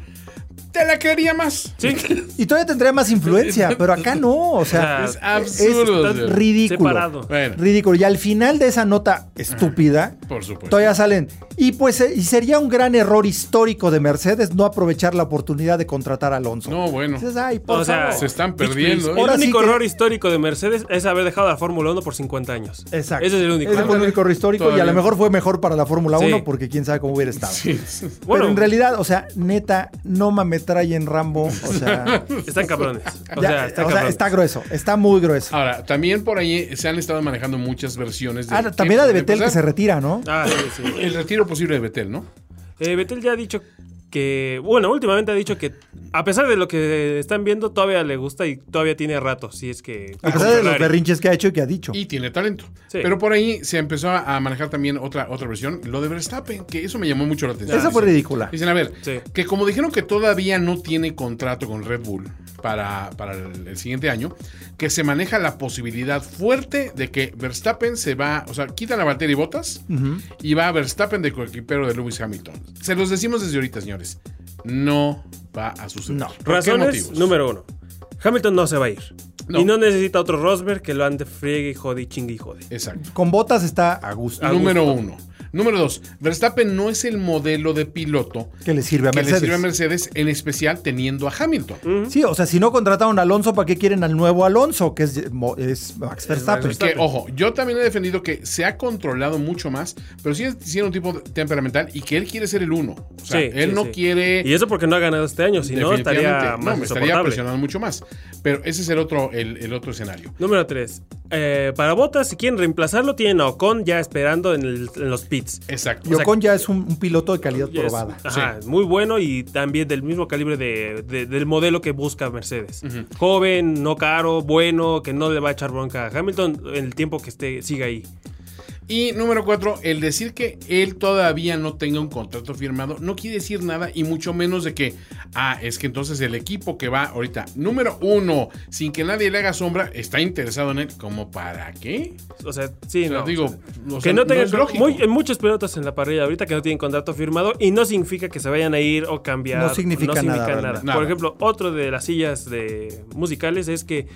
Speaker 2: te la creería más.
Speaker 3: Sí.
Speaker 1: Y todavía tendría más influencia, pero acá no, o sea,
Speaker 3: O
Speaker 2: Es
Speaker 3: sea,
Speaker 2: absurdo.
Speaker 3: estás
Speaker 2: Joe.
Speaker 1: ridículo.
Speaker 3: Separado.
Speaker 2: Bueno, Ah,
Speaker 1: Ridículo. Y al final de esa nota estúpida,
Speaker 2: por supuesto.
Speaker 1: todavía salen. Y pues eh, y sería un gran error histórico de Mercedes no aprovechar la oportunidad de contratar a Alonso.
Speaker 2: No, bueno.
Speaker 1: Dices, ay, por
Speaker 3: O sea,
Speaker 1: favor.
Speaker 2: se están
Speaker 3: bitch,
Speaker 2: perdiendo,
Speaker 3: please.
Speaker 2: ¿eh?
Speaker 3: El
Speaker 1: Ahora sí
Speaker 3: único
Speaker 1: que-
Speaker 3: error histórico de Mercedes es haber dejado la Fórmula 1 por 50 años.
Speaker 1: Exacto.
Speaker 3: Ese es el único.
Speaker 1: Ese fue el
Speaker 3: error.
Speaker 1: único error histórico y a lo
Speaker 2: Todavía.
Speaker 1: mejor fue mejor para la Fórmula
Speaker 3: Sí.
Speaker 1: 1 porque quién sabe cómo hubiera estado.
Speaker 2: Sí.
Speaker 3: Bueno,
Speaker 1: Pero en realidad, o sea, neta, no me en Rambo. O sea,
Speaker 3: están cabrones. O
Speaker 1: ya,
Speaker 3: sea, están
Speaker 1: o sea,
Speaker 3: cabrones.
Speaker 1: está grueso, está muy grueso.
Speaker 2: Ahora, también por ahí se han estado manejando muchas versiones.
Speaker 1: Ah, también la de Betel que se retira, ¿no?
Speaker 3: Ah, sí, sí.
Speaker 2: El retiro posible de Betel, ¿no?
Speaker 3: Eh, Betel ya ha dicho que, bueno, últimamente ha dicho que a pesar de lo que están viendo, todavía le gusta y todavía tiene rato, si es que...
Speaker 1: A pesar de los
Speaker 3: Ferrari.
Speaker 1: berrinches que ha hecho y que ha dicho.
Speaker 2: Y tiene talento.
Speaker 3: Sí.
Speaker 2: Pero por ahí se empezó a a manejar también otra, otra versión, lo de Verstappen, que eso me llamó mucho la atención.
Speaker 1: Esa fue
Speaker 2: Dicen-
Speaker 1: ridícula.
Speaker 2: Dicen, a ver,
Speaker 3: Sí.
Speaker 2: que como dijeron que todavía no tiene contrato con Red Bull para, para el, el siguiente año, que se maneja la posibilidad fuerte de que Verstappen se va, o sea, quita la Valtteri Botas y va a Verstappen de coequipero de Lewis Hamilton. Se los decimos desde ahorita, señores. No va a suceder.
Speaker 1: No.
Speaker 2: ¿Por qué
Speaker 3: Razones
Speaker 2: motivos?
Speaker 3: número uno. Hamilton no se va a ir.
Speaker 2: No.
Speaker 3: Y no necesita otro Rosberg que lo ande friegue y jode y chingue y jode.
Speaker 2: Exacto.
Speaker 1: Con botas está a gusto.
Speaker 2: Número uno. Número dos, Verstappen no es el modelo de piloto
Speaker 1: Que le sirve a
Speaker 2: que le
Speaker 1: Mercedes.
Speaker 2: sirve a Mercedes, en especial teniendo a Hamilton.
Speaker 1: Sí, o sea, si no contrataron a Alonso, ¿para qué quieren al nuevo Alonso? Que es, mo- es Max Verstappen.
Speaker 2: Que, ojo, yo también he defendido que se ha controlado mucho más, pero sí es sí era un tipo de- temperamental y que él quiere ser el uno. O sea,
Speaker 3: Sí,
Speaker 2: él
Speaker 3: sí,
Speaker 2: no
Speaker 3: sí.
Speaker 2: quiere.
Speaker 3: Y eso porque no ha ganado este año, si no estaría
Speaker 2: definitivamente, no,
Speaker 3: más
Speaker 2: me estaría
Speaker 3: insoportable.
Speaker 2: presionando mucho más. Pero ese es el otro, el, el otro escenario.
Speaker 3: Número 3. para Botas, si quieren reemplazarlo, tienen a Ocon ya esperando en, el- en los pits.
Speaker 2: Exacto.
Speaker 1: Y
Speaker 3: o sea,
Speaker 1: Ocon ya es un, un piloto de calidad
Speaker 3: Ya es-
Speaker 1: probada.
Speaker 3: ajá, muy bueno y también del mismo calibre de- de- del modelo que busca Mercedes. Joven, no caro, bueno, que no le va a echar bronca a Hamilton en el tiempo que esté, siga ahí.
Speaker 2: Y número cuatro, el decir que él todavía no tenga un contrato firmado no quiere decir nada y mucho menos de que, ah, es que entonces el equipo que va ahorita, número uno, sin que nadie le haga sombra, está interesado en él. ¿Como para qué?
Speaker 3: O sea, sí,
Speaker 2: Pero
Speaker 3: no.
Speaker 2: digo,
Speaker 3: o sea,
Speaker 2: o sea,
Speaker 3: que no
Speaker 2: no
Speaker 3: tengan
Speaker 2: es lógico.
Speaker 3: muy- hay muchos pilotos en la parrilla ahorita que no tienen contrato firmado y no significa que se vayan a ir o cambiar.
Speaker 1: No significa nada,
Speaker 2: realmente.
Speaker 3: Por
Speaker 2: Nada.
Speaker 3: ejemplo, otro de las sillas de musicales es que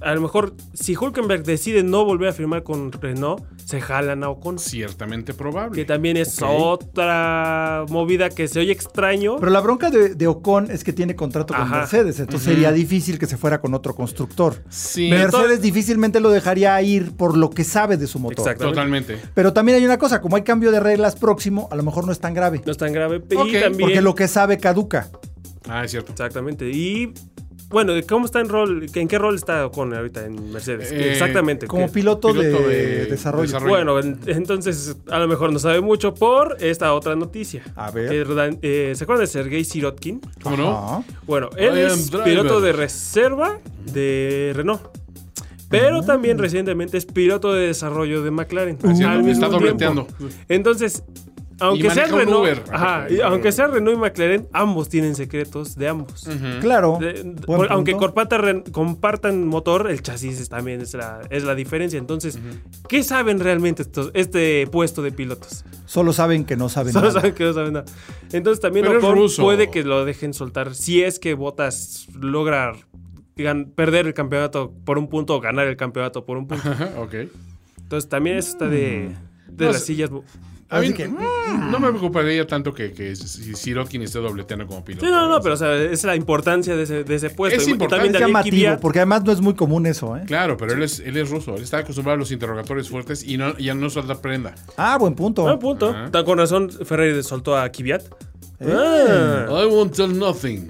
Speaker 3: a lo mejor si Hulkenberg decide no volver a firmar con Renault, se jalan a Ocon.
Speaker 2: Ciertamente probable.
Speaker 3: Que también es
Speaker 2: Ok.
Speaker 3: otra movida que se oye extraño.
Speaker 1: Pero la bronca de, de Ocon es que tiene contrato con
Speaker 3: Ajá.
Speaker 1: Mercedes, entonces sería difícil que se fuera con otro constructor.
Speaker 2: Sí,
Speaker 1: Mercedes difícilmente lo dejaría ir por lo que sabe de su motor.
Speaker 3: Exacto.
Speaker 2: totalmente.
Speaker 1: Pero también hay una cosa, como hay cambio de reglas próximo, a lo mejor no es tan grave.
Speaker 3: no es tan grave.
Speaker 2: Ok,
Speaker 3: y también,
Speaker 1: Porque lo que sabe caduca.
Speaker 2: Ah, es cierto.
Speaker 3: Exactamente. Y bueno, ¿cómo está en rol? ¿En qué rol está Ocon ahorita en Mercedes?
Speaker 2: Eh,
Speaker 3: Exactamente.
Speaker 1: Como
Speaker 3: ¿qué?
Speaker 1: piloto,
Speaker 2: Piloto
Speaker 1: de,
Speaker 2: de
Speaker 1: desarrollo.
Speaker 2: desarrollo.
Speaker 3: Bueno, en- entonces a lo mejor no sabe mucho por esta otra noticia.
Speaker 1: A ver.
Speaker 3: Que Rodan- eh, ¿Se acuerdan de Sergei Sirotkin?
Speaker 2: ¿Cómo no?
Speaker 1: Ajá.
Speaker 3: Bueno, él
Speaker 2: I am
Speaker 3: es
Speaker 2: driver.
Speaker 3: piloto de reserva de Renault.
Speaker 2: Mm.
Speaker 3: Pero también recientemente es piloto de desarrollo de McLaren.
Speaker 2: Es cierto,
Speaker 3: Al mismo
Speaker 2: está
Speaker 3: tiempo.
Speaker 2: dobleteando.
Speaker 3: Entonces, aunque sea
Speaker 2: maneja un
Speaker 3: Renault,
Speaker 2: Uber.
Speaker 3: ajá, y aunque sea Renault y McLaren, ambos tienen secretos de ambos.
Speaker 1: Claro.
Speaker 3: De-
Speaker 1: buen
Speaker 3: por-
Speaker 1: punto.
Speaker 3: aunque corpata- re- compartan motor, el chasis es- también es la, es la diferencia. Entonces, ¿qué saben realmente estos, este puesto de pilotos?
Speaker 1: Solo saben que no saben
Speaker 3: Solo
Speaker 1: nada.
Speaker 3: saben que no saben nada. Entonces, también
Speaker 2: Pero es
Speaker 3: Ocon
Speaker 2: ruso.
Speaker 3: puede que lo dejen soltar si es que Botas logra gan- perder el campeonato por un punto o ganar el campeonato por un punto.
Speaker 2: Ajá, ok.
Speaker 3: Entonces, también eso está de, de
Speaker 2: No
Speaker 3: las
Speaker 2: sé.
Speaker 3: sillas.
Speaker 2: A mí
Speaker 1: Así que-
Speaker 2: mm, no me preocuparía tanto que, que si Sirotkin esté dobleteando como piloto.
Speaker 3: Sí, no, no, pero o sea, es la importancia de ese, de ese puesto.
Speaker 2: Es
Speaker 3: Y- y
Speaker 2: importante.
Speaker 3: también
Speaker 2: Es
Speaker 3: de
Speaker 1: Es
Speaker 3: Daniel
Speaker 1: llamativo,
Speaker 3: Kvyat.
Speaker 1: porque además no es muy común eso, ¿eh?
Speaker 2: Claro, pero él es, él es ruso. Él está acostumbrado a los interrogatorios fuertes y no, ya no suelta prenda.
Speaker 1: Ah, buen punto.
Speaker 3: Buen punto.
Speaker 2: Ajá.
Speaker 3: Tan- Con razón, Ferrari soltó a Kvyat.
Speaker 1: Eh.
Speaker 3: Ah.
Speaker 2: I won't tell nothing.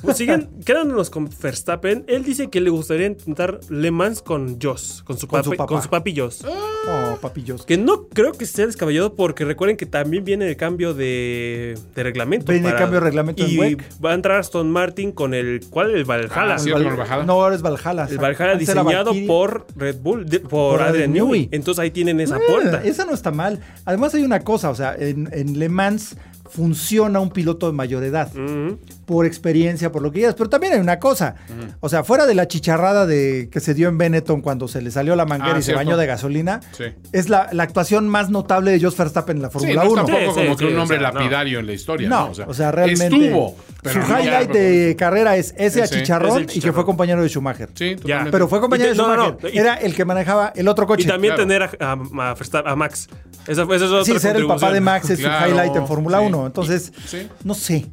Speaker 3: Pues siguen, quedándonos con Verstappen. Él dice que le gustaría intentar Le Mans con Joss, con su,
Speaker 1: Con su
Speaker 3: papi,
Speaker 1: papá.
Speaker 3: con su papi Joss.
Speaker 1: Oh, papillos.
Speaker 3: Que no creo que sea descabellado porque recuerden que también viene el cambio de, de reglamento.
Speaker 1: Viene el cambio de reglamento en
Speaker 3: Y
Speaker 1: WEC.
Speaker 3: va a entrar Aston Martin con el, ¿cuál? El Valhalla.
Speaker 2: Ah, sí, el Valhalla.
Speaker 1: No, ahora es Valhalla.
Speaker 3: el
Speaker 1: exacto.
Speaker 3: Valhalla
Speaker 1: Antes era
Speaker 3: diseñado
Speaker 1: Valkyrie.
Speaker 3: por Red Bull, de- por,
Speaker 1: Por
Speaker 3: Adrian
Speaker 1: Adrian
Speaker 3: Newey.
Speaker 1: Newey.
Speaker 3: Entonces ahí tienen esa
Speaker 1: Ah,
Speaker 3: puerta.
Speaker 1: Esa no está mal. Además hay una cosa, o sea, en, en Le Mans funciona un piloto de mayor edad.
Speaker 3: Ujú.
Speaker 1: Por experiencia, por lo que quieras. Pero también hay una cosa. O sea, fuera de la chicharrada de que se dio en Benetton cuando se le salió la manguera
Speaker 2: Ah,
Speaker 1: y
Speaker 2: cierto.
Speaker 1: se bañó de gasolina,
Speaker 2: Sí.
Speaker 1: es la, la actuación más notable de Joss Verstappen en la
Speaker 2: Sí,
Speaker 1: Fórmula
Speaker 2: no es
Speaker 1: 1.
Speaker 2: tampoco
Speaker 3: Sí, sí,
Speaker 2: como que
Speaker 3: sí,
Speaker 2: un
Speaker 3: o
Speaker 2: hombre
Speaker 3: sea, no.
Speaker 2: lapidario en la historia.
Speaker 1: No,
Speaker 2: ¿no?
Speaker 1: o sea, realmente-
Speaker 2: Estuvo Pero
Speaker 1: Su
Speaker 2: no, ya,
Speaker 1: highlight
Speaker 2: pero-
Speaker 1: de carrera es ese a
Speaker 2: Ese,
Speaker 3: ese
Speaker 1: Chicharrón,
Speaker 3: el
Speaker 1: y que fue
Speaker 3: Chicharrón.
Speaker 1: compañero de Schumacher.
Speaker 2: Sí,
Speaker 3: Ya,
Speaker 2: totalmente.
Speaker 1: Pero fue compañero de
Speaker 3: Y te- no, no,
Speaker 1: Schumacher.
Speaker 3: no, y-
Speaker 1: Era el que manejaba el otro coche.
Speaker 3: Y también
Speaker 2: claro.
Speaker 3: tener a, a- a Verstappen- a Max. Esa, esa es otra
Speaker 1: sí, ser el papá
Speaker 3: contribución.
Speaker 1: de Max es
Speaker 2: Claro,
Speaker 1: su highlight en Fórmula
Speaker 2: sí.
Speaker 1: 1. Entonces,
Speaker 2: Sí.
Speaker 1: no sé.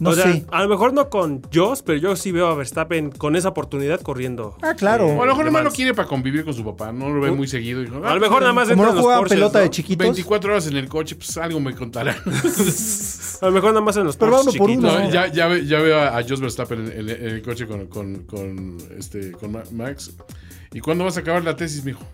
Speaker 1: No
Speaker 3: o sea,
Speaker 1: sé.
Speaker 3: a lo mejor no con Joss, pero yo sí veo a Verstappen con esa oportunidad corriendo.
Speaker 1: Ah, claro.
Speaker 3: Eh,
Speaker 2: O a lo mejor
Speaker 3: de
Speaker 2: nomás lo
Speaker 3: Max.
Speaker 2: quiere para convivir con su papá, no lo ve muy seguido. Dijo, ah,
Speaker 3: A lo mejor nada más
Speaker 1: Como
Speaker 3: entra
Speaker 1: no
Speaker 3: en los
Speaker 1: jugaban
Speaker 3: Porsches,
Speaker 1: pelota
Speaker 3: ¿no?
Speaker 1: de chiquitos.
Speaker 2: 24 horas en el coche, pues algo me contará.
Speaker 3: A lo mejor nada más en los
Speaker 1: Pero
Speaker 3: Porsches
Speaker 1: va uno por
Speaker 3: chiquitos.
Speaker 1: uno. ¿eh?
Speaker 2: No, ya, ya, ve- ya veo a, a Jos Verstappen en, en- en el coche con, con, con, este, con Ma- Max. ¿Y cuándo vas a acabar la tesis, mijo?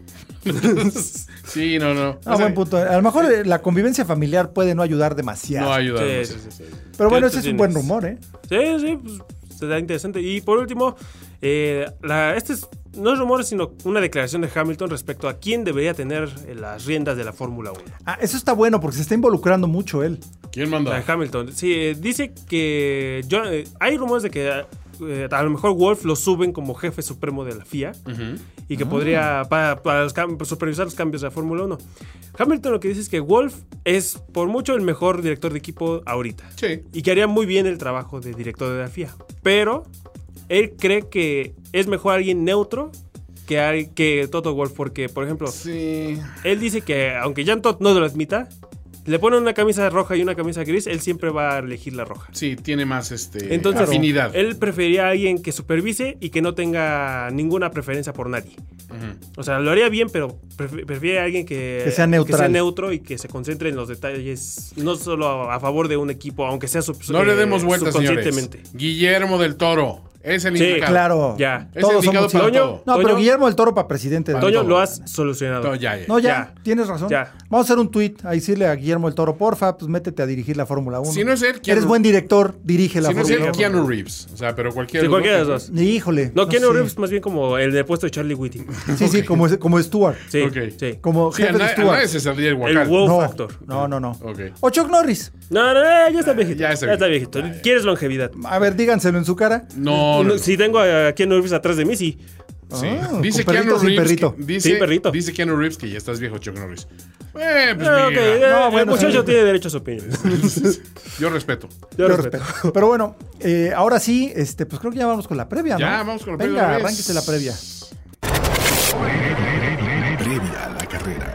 Speaker 2: sí, no, no.
Speaker 1: Ah, buen punto. A lo mejor eh, la convivencia familiar puede no ayudar demasiado.
Speaker 2: No ayuda.
Speaker 3: Sí, sí, sí, sí.
Speaker 1: Pero bueno,
Speaker 3: ¿Qué
Speaker 1: ese es un
Speaker 3: tienes?
Speaker 1: buen rumor, ¿eh?
Speaker 3: Sí, sí, pues se da interesante. Y por último, eh, la- este es, no es rumor, sino una declaración de Hamilton respecto a quién debería tener eh, las riendas de la Fórmula 1.
Speaker 1: Ah, eso está bueno porque se está involucrando mucho él.
Speaker 2: ¿Quién
Speaker 3: O
Speaker 2: manda?
Speaker 3: sea, Hamilton. Sí, eh, dice que yo- eh, hay rumores de que eh, a lo mejor Wolf lo suben como jefe supremo de la FIA y que podría para, para los cam- para supervisar los cambios de la Fórmula 1. Hamilton lo que dice es que Wolf es por mucho el mejor director de equipo ahorita
Speaker 2: Sí.
Speaker 3: y que haría muy bien el trabajo de director de la FIA. Pero él cree que es mejor alguien neutro que, al- que Toto Wolf porque, por ejemplo,
Speaker 2: Sí.
Speaker 3: él dice que aunque Jan Todt no lo admita, le ponen una camisa roja y una camisa gris, él siempre va a elegir la roja.
Speaker 2: Sí, tiene más este,
Speaker 3: Entonces,
Speaker 2: afinidad.
Speaker 3: él prefería a alguien que supervise y que no tenga ninguna preferencia por nadie. O sea, lo haría bien, pero pref- prefiere a alguien que,
Speaker 1: Que sea neutral.
Speaker 3: neutro y que se concentre en los detalles, no solo a, a favor de un equipo, aunque sea sub-
Speaker 2: No le
Speaker 3: eh,
Speaker 2: demos vueltas, señores.
Speaker 3: subconscientemente.
Speaker 2: Guillermo del Toro. Es el
Speaker 3: Sí,
Speaker 2: indicado.
Speaker 1: Claro.
Speaker 3: Ya.
Speaker 2: Es
Speaker 1: Todos
Speaker 2: indicado
Speaker 1: somos
Speaker 2: para
Speaker 1: Toño.
Speaker 2: todo.
Speaker 1: No, pero
Speaker 3: Toño-
Speaker 1: Guillermo el Toro para presidente. de-
Speaker 3: Toño,
Speaker 2: todo.
Speaker 3: lo has solucionado.
Speaker 2: No, Eh, ya, ya.
Speaker 1: No, ya,
Speaker 3: Ya.
Speaker 1: tienes razón.
Speaker 3: Ya.
Speaker 1: Vamos a hacer un tweet, a decirle a Guillermo el Toro, porfa, pues métete a dirigir la Fórmula 1.
Speaker 2: Si no es él, Keanu-
Speaker 1: Eres buen director, dirige la
Speaker 2: si no es
Speaker 1: Fórmula
Speaker 2: el
Speaker 1: 1.
Speaker 2: Keanu Reeves. O sea, pero cualquiera.
Speaker 3: Sí,
Speaker 2: de los
Speaker 3: cualquiera de los
Speaker 2: dos.
Speaker 3: dos.
Speaker 1: Híjole.
Speaker 3: No, Keanu
Speaker 1: sé.
Speaker 3: Reeves más bien como el de puesto de Charlie Whiting.
Speaker 1: Sí, sí, como, como Stewart.
Speaker 3: Sí,
Speaker 2: Ok.
Speaker 3: sí.
Speaker 1: Como
Speaker 2: Sí, a,
Speaker 1: jefe de
Speaker 2: na- a
Speaker 1: Stewart.
Speaker 2: nadie se saldría el
Speaker 3: El
Speaker 2: guacal.
Speaker 3: wow
Speaker 1: No,
Speaker 3: factor.
Speaker 1: no, no, no.
Speaker 2: Ok.
Speaker 1: O Chuck Norris.
Speaker 3: No, no, no,
Speaker 1: Ah,
Speaker 3: ya está viejito.
Speaker 2: ya
Speaker 3: Ya
Speaker 2: está
Speaker 3: está,
Speaker 2: viejito.
Speaker 3: viejito.
Speaker 2: Ya, ya.
Speaker 3: ¿Quieres longevidad?
Speaker 1: A ver, díganselo en su cara.
Speaker 2: No, no, no.
Speaker 3: Si tengo a Keanu Reeves atrás de mí, sí.
Speaker 2: Sí.
Speaker 1: Ah,
Speaker 2: dice
Speaker 1: con
Speaker 2: Keanu
Speaker 1: perrito, sin
Speaker 2: Reeves.
Speaker 1: perrito.
Speaker 2: que- dice,
Speaker 3: Sin perrito.
Speaker 2: dice Keanu Reeves que ya estás viejo, Chuck Norris. Eh, pues
Speaker 3: Ah, ok,
Speaker 2: mira,
Speaker 3: eh,
Speaker 1: No,
Speaker 3: el
Speaker 1: bueno,
Speaker 3: muchacho
Speaker 1: sí.
Speaker 3: tiene derecho a su opinión.
Speaker 2: yo respeto.
Speaker 1: Yo
Speaker 3: Yo respeto.
Speaker 1: respeto. Pero bueno, eh, ahora sí, este, pues creo que ya vamos con la previa, ¿no?
Speaker 2: Ya, vamos con la previa
Speaker 1: Venga,
Speaker 2: de una vez.
Speaker 1: arránquese la previa.
Speaker 4: Previa a la carrera.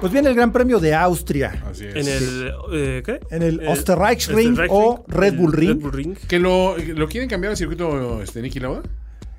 Speaker 1: Pues viene el Gran Premio de Austria.
Speaker 2: Así es.
Speaker 3: En el. eh, ¿Qué?
Speaker 1: En el
Speaker 3: Eh,
Speaker 1: Österreichring
Speaker 3: Österreich
Speaker 1: o Red
Speaker 3: el
Speaker 1: Bull Ring.
Speaker 3: Red Bull Ring.
Speaker 2: Que lo, lo quieren cambiar al circuito este, Niki Lauda.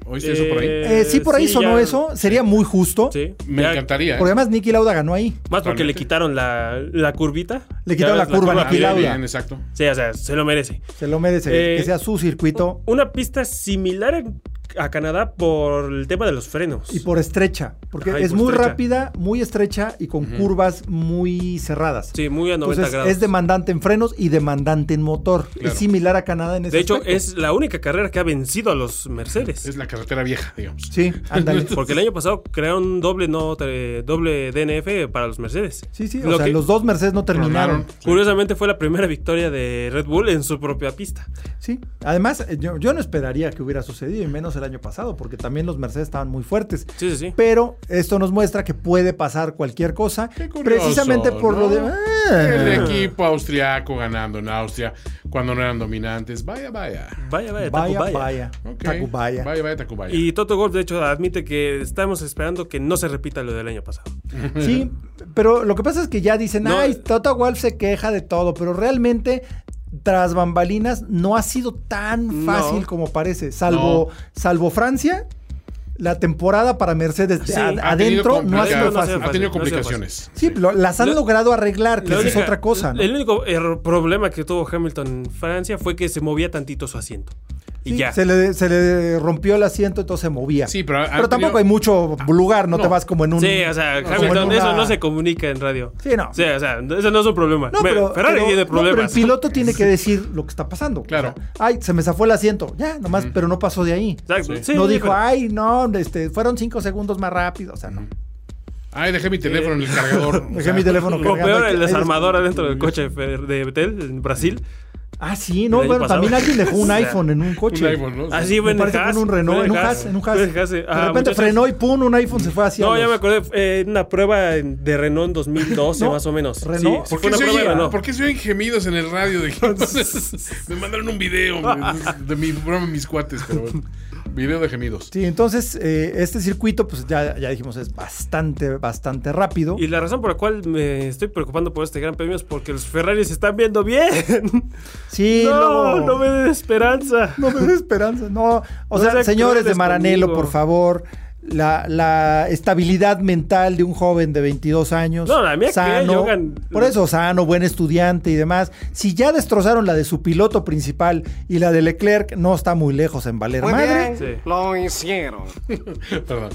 Speaker 2: ¿Oíste eso por ahí?
Speaker 3: Eh,
Speaker 1: Eh, sí, por ahí
Speaker 3: sí,
Speaker 1: sonó
Speaker 3: ya-
Speaker 1: eso. Sería muy justo.
Speaker 3: Sí.
Speaker 2: Me
Speaker 3: Ya-
Speaker 2: encantaría. ¿eh?
Speaker 1: Porque además Nicky Lauda ganó ahí.
Speaker 3: Más porque le
Speaker 2: Totalmente.
Speaker 3: quitaron la, la curvita.
Speaker 1: Le
Speaker 3: Ya
Speaker 1: quitaron
Speaker 3: ves,
Speaker 1: la curva,
Speaker 2: Ah,
Speaker 1: Niki
Speaker 2: bien,
Speaker 1: Lauda.
Speaker 2: bien, exacto.
Speaker 3: Sí, o sea, se lo merece.
Speaker 1: Se lo merece.
Speaker 3: Eh,
Speaker 1: que sea su circuito
Speaker 3: Una pista similar en- a Canadá por el tema de los frenos.
Speaker 1: y por estrecha. Porque
Speaker 3: Ajá, y
Speaker 1: es
Speaker 3: por
Speaker 1: muy
Speaker 3: estrecha.
Speaker 1: rápida, muy estrecha y con curvas muy cerradas.
Speaker 3: Sí, muy a 90
Speaker 1: Entonces
Speaker 3: grados.
Speaker 1: Pues es demandante en frenos y demandante en motor.
Speaker 2: Claro.
Speaker 1: Es similar a Canadá en ese
Speaker 3: De hecho,
Speaker 1: aspecto.
Speaker 3: es la única carrera que ha vencido a los Mercedes.
Speaker 2: Es la carretera vieja, digamos.
Speaker 1: Sí, ándale.
Speaker 3: Porque el año pasado crearon un doble, no, eh, doble DNF para los Mercedes.
Speaker 1: Sí, sí,
Speaker 3: Lo
Speaker 1: o sea,
Speaker 3: que
Speaker 1: los dos Mercedes no terminaron.
Speaker 2: Tronaron.
Speaker 3: Curiosamente fue la primera victoria de Red Bull en su propia pista.
Speaker 1: Sí, además eh, yo, yo no esperaría que hubiera sucedido, y menos el año pasado, porque también los Mercedes estaban muy fuertes.
Speaker 3: Sí, sí, sí.
Speaker 1: Pero esto nos muestra que puede pasar cualquier cosa,
Speaker 2: Qué curioso,
Speaker 1: precisamente por lo de...
Speaker 2: ¿no?
Speaker 1: Ah.
Speaker 2: El equipo austriaco ganando en Austria cuando no eran dominantes. Vaya, vaya.
Speaker 3: Vaya, vaya,
Speaker 1: Vaya,
Speaker 3: Tacubaya.
Speaker 1: vaya.
Speaker 2: Ok.
Speaker 1: Tacubaya.
Speaker 2: Vaya, vaya, Tacubaya.
Speaker 3: Y Toto Golf, de hecho, admite que estamos esperando que no se repita lo del año pasado.
Speaker 1: Sí, pero lo que pasa es que ya dicen,
Speaker 3: No. eh,
Speaker 1: ay, Toto Wolff se queja de todo, pero realmente tras bambalinas no ha sido tan
Speaker 3: No.
Speaker 1: fácil como parece, salvo, salvo Francia. La temporada para Mercedes de
Speaker 3: Sí,
Speaker 1: ad-
Speaker 2: Ha tenido
Speaker 1: adentro no ha
Speaker 2: complica-
Speaker 1: sido
Speaker 3: no ha sido
Speaker 1: fácil.
Speaker 2: Ha tenido
Speaker 3: fácil, no ha sido
Speaker 2: complicaciones.
Speaker 1: Sí, lo- las han
Speaker 3: Ah, Lo-
Speaker 1: logrado arreglar, que
Speaker 3: La
Speaker 1: esa es
Speaker 3: única-
Speaker 1: otra cosa. ¿no?
Speaker 3: El único error- problema que tuvo Hamilton en Francia fue que se movía tantito su asiento. Y
Speaker 1: Sí,
Speaker 3: ya.
Speaker 1: Se le, se le rompió el asiento, entonces se movía.
Speaker 2: Sí, pero han
Speaker 1: Pero tampoco
Speaker 2: tenido-
Speaker 1: hay mucho lugar, no, te vas como en un.
Speaker 3: Sí, o sea,
Speaker 1: como en
Speaker 3: Hamilton, eso
Speaker 1: una-
Speaker 3: no se comunica en radio.
Speaker 1: Sí, no.
Speaker 3: Sí, o sea, eso no es un problema.
Speaker 1: No,
Speaker 3: Mira,
Speaker 1: pero,
Speaker 3: Ferrari
Speaker 1: pero-
Speaker 3: tiene
Speaker 1: no, pero
Speaker 3: problemas.
Speaker 1: el piloto tiene que decir lo que está pasando.
Speaker 2: Claro.
Speaker 1: O sea, ay, se me zafó el asiento. Ya, nomás, pero no pasó de ahí.
Speaker 3: Exacto. Sí,
Speaker 1: no
Speaker 3: sí,
Speaker 1: dijo, "Ah,
Speaker 3: pero-
Speaker 1: ay, no, este, fueron cinco segundos más rápido. O sea, no.
Speaker 2: Ay,
Speaker 3: Eh.
Speaker 2: dejé mi teléfono en el cargador. O
Speaker 1: Dejé
Speaker 2: sea,
Speaker 1: mi teléfono
Speaker 3: Lo
Speaker 1: cargando.
Speaker 3: peor,
Speaker 1: Ahí-
Speaker 3: el
Speaker 1: ahí-
Speaker 3: desarmador adentro del coche de Fer- de Betel en Brasil.
Speaker 1: Ah, sí, no,
Speaker 3: El año
Speaker 1: bueno,
Speaker 3: pasado.
Speaker 1: también alguien dejó
Speaker 3: O
Speaker 1: un
Speaker 3: sea,
Speaker 1: iPhone en un coche.
Speaker 2: Un iPhone, ¿no?
Speaker 3: Así,
Speaker 1: Me
Speaker 3: bueno,
Speaker 1: parece que fue en un Renault, en un Haas, en un Haas. De repente frenó y pum, un iPhone se fue hacia
Speaker 3: Ah, No,
Speaker 1: los-
Speaker 3: ya me acordé, eh, una prueba en- de Renault en 2012
Speaker 1: No,
Speaker 3: más o menos.
Speaker 1: ¿Renault?
Speaker 3: Sí,
Speaker 2: ¿Por
Speaker 3: fue
Speaker 2: qué,
Speaker 3: una
Speaker 2: se
Speaker 3: prueba de
Speaker 2: oyen,
Speaker 3: Renault.
Speaker 2: por qué se oyen gemidos en el radio? De me mandaron un video de, de mi broma, mis cuates, pero bueno, video de gemidos.
Speaker 1: Sí, entonces eh, este circuito, pues ya, ya dijimos, es bastante, bastante rápido.
Speaker 3: Y la razón por la cual me estoy preocupando por este gran premio es porque los Ferraris se están viendo bien.
Speaker 1: sí,
Speaker 3: no,
Speaker 1: luego-
Speaker 3: no me des esperanza.
Speaker 1: No me da esperanza. No, o
Speaker 3: No
Speaker 1: sea,
Speaker 3: sean
Speaker 1: señores de
Speaker 3: crueles
Speaker 1: Maranelo,
Speaker 3: conmigo.
Speaker 1: por favor. La, la estabilidad mental de un joven de 22 años.
Speaker 3: No, la mía que yo gan-
Speaker 1: Por eso, sano, buen estudiante y demás. Si ya destrozaron la de su piloto principal y la de Leclerc, no está muy lejos en valer
Speaker 5: Muy
Speaker 1: madre.
Speaker 5: bien,
Speaker 3: Sí.
Speaker 5: lo hicieron.
Speaker 2: Perdón.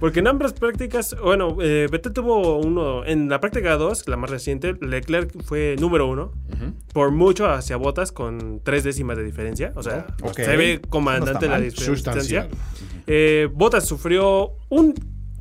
Speaker 3: Porque en ambas prácticas, bueno, eh, Vettel tuvo uno, en la práctica 2, la más reciente, Leclerc fue número uno, por mucho hacia botas con tres décimas de diferencia, o sea,
Speaker 1: Ok.
Speaker 3: se ve
Speaker 1: No
Speaker 3: comandante
Speaker 1: está
Speaker 3: la
Speaker 1: mal.
Speaker 3: diferencia.
Speaker 2: Sustancial.
Speaker 3: Eh, botas sufrió un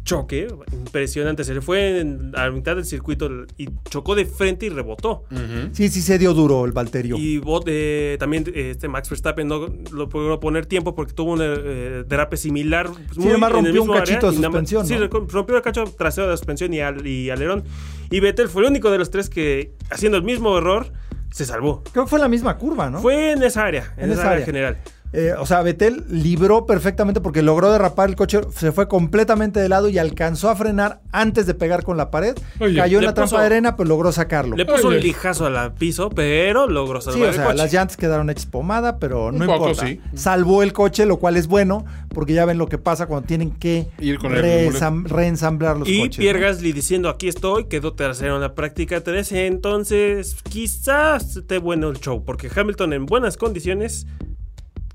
Speaker 3: choque impresionante, se le fue en- a la mitad del circuito y chocó de frente y rebotó.
Speaker 1: Sí, sí se dio duro el Valterio.
Speaker 3: Y Bot- eh, también eh, este Max Verstappen no lo pudo poner tiempo porque tuvo un eh, derape similar. pues, muy
Speaker 1: además
Speaker 3: en el
Speaker 1: rompió un
Speaker 3: mismo área
Speaker 1: cachito de
Speaker 3: y nada más-
Speaker 1: suspensión, ¿no?
Speaker 3: Sí, recom- rompió el cacho trasero de suspensión y, al- y alerón. Y Vettel fue el único de los tres que, haciendo el mismo error, se salvó.
Speaker 1: Creo que fue la misma curva, ¿no?
Speaker 3: Fue en esa área, en, esa, área, general.
Speaker 1: Eh, o sea, Betel libró perfectamente porque logró derrapar el coche, se fue completamente de lado y alcanzó a frenar antes de pegar con la pared.
Speaker 2: Oye,
Speaker 1: Cayó en
Speaker 3: le
Speaker 1: la trampa
Speaker 3: puso-
Speaker 1: de arena, pero logró sacarlo.
Speaker 3: Le puso
Speaker 2: Oye.
Speaker 3: un lijazo al piso, pero logró salvar
Speaker 1: Sí, o
Speaker 3: el
Speaker 1: sea,
Speaker 3: coche.
Speaker 1: las llantas quedaron hechas pomada, pero no
Speaker 2: poco,
Speaker 1: importa.
Speaker 2: sí.
Speaker 1: Salvó el coche, lo cual es bueno, porque ya ven lo que pasa cuando tienen que
Speaker 2: Ir con el
Speaker 1: reensam- reensamblar los
Speaker 3: y
Speaker 1: coches.
Speaker 3: Pierre
Speaker 1: ¿no?
Speaker 3: Gasly diciendo aquí estoy, quedó tercero en la práctica 3, entonces quizás esté bueno el show, porque Hamilton en buenas condiciones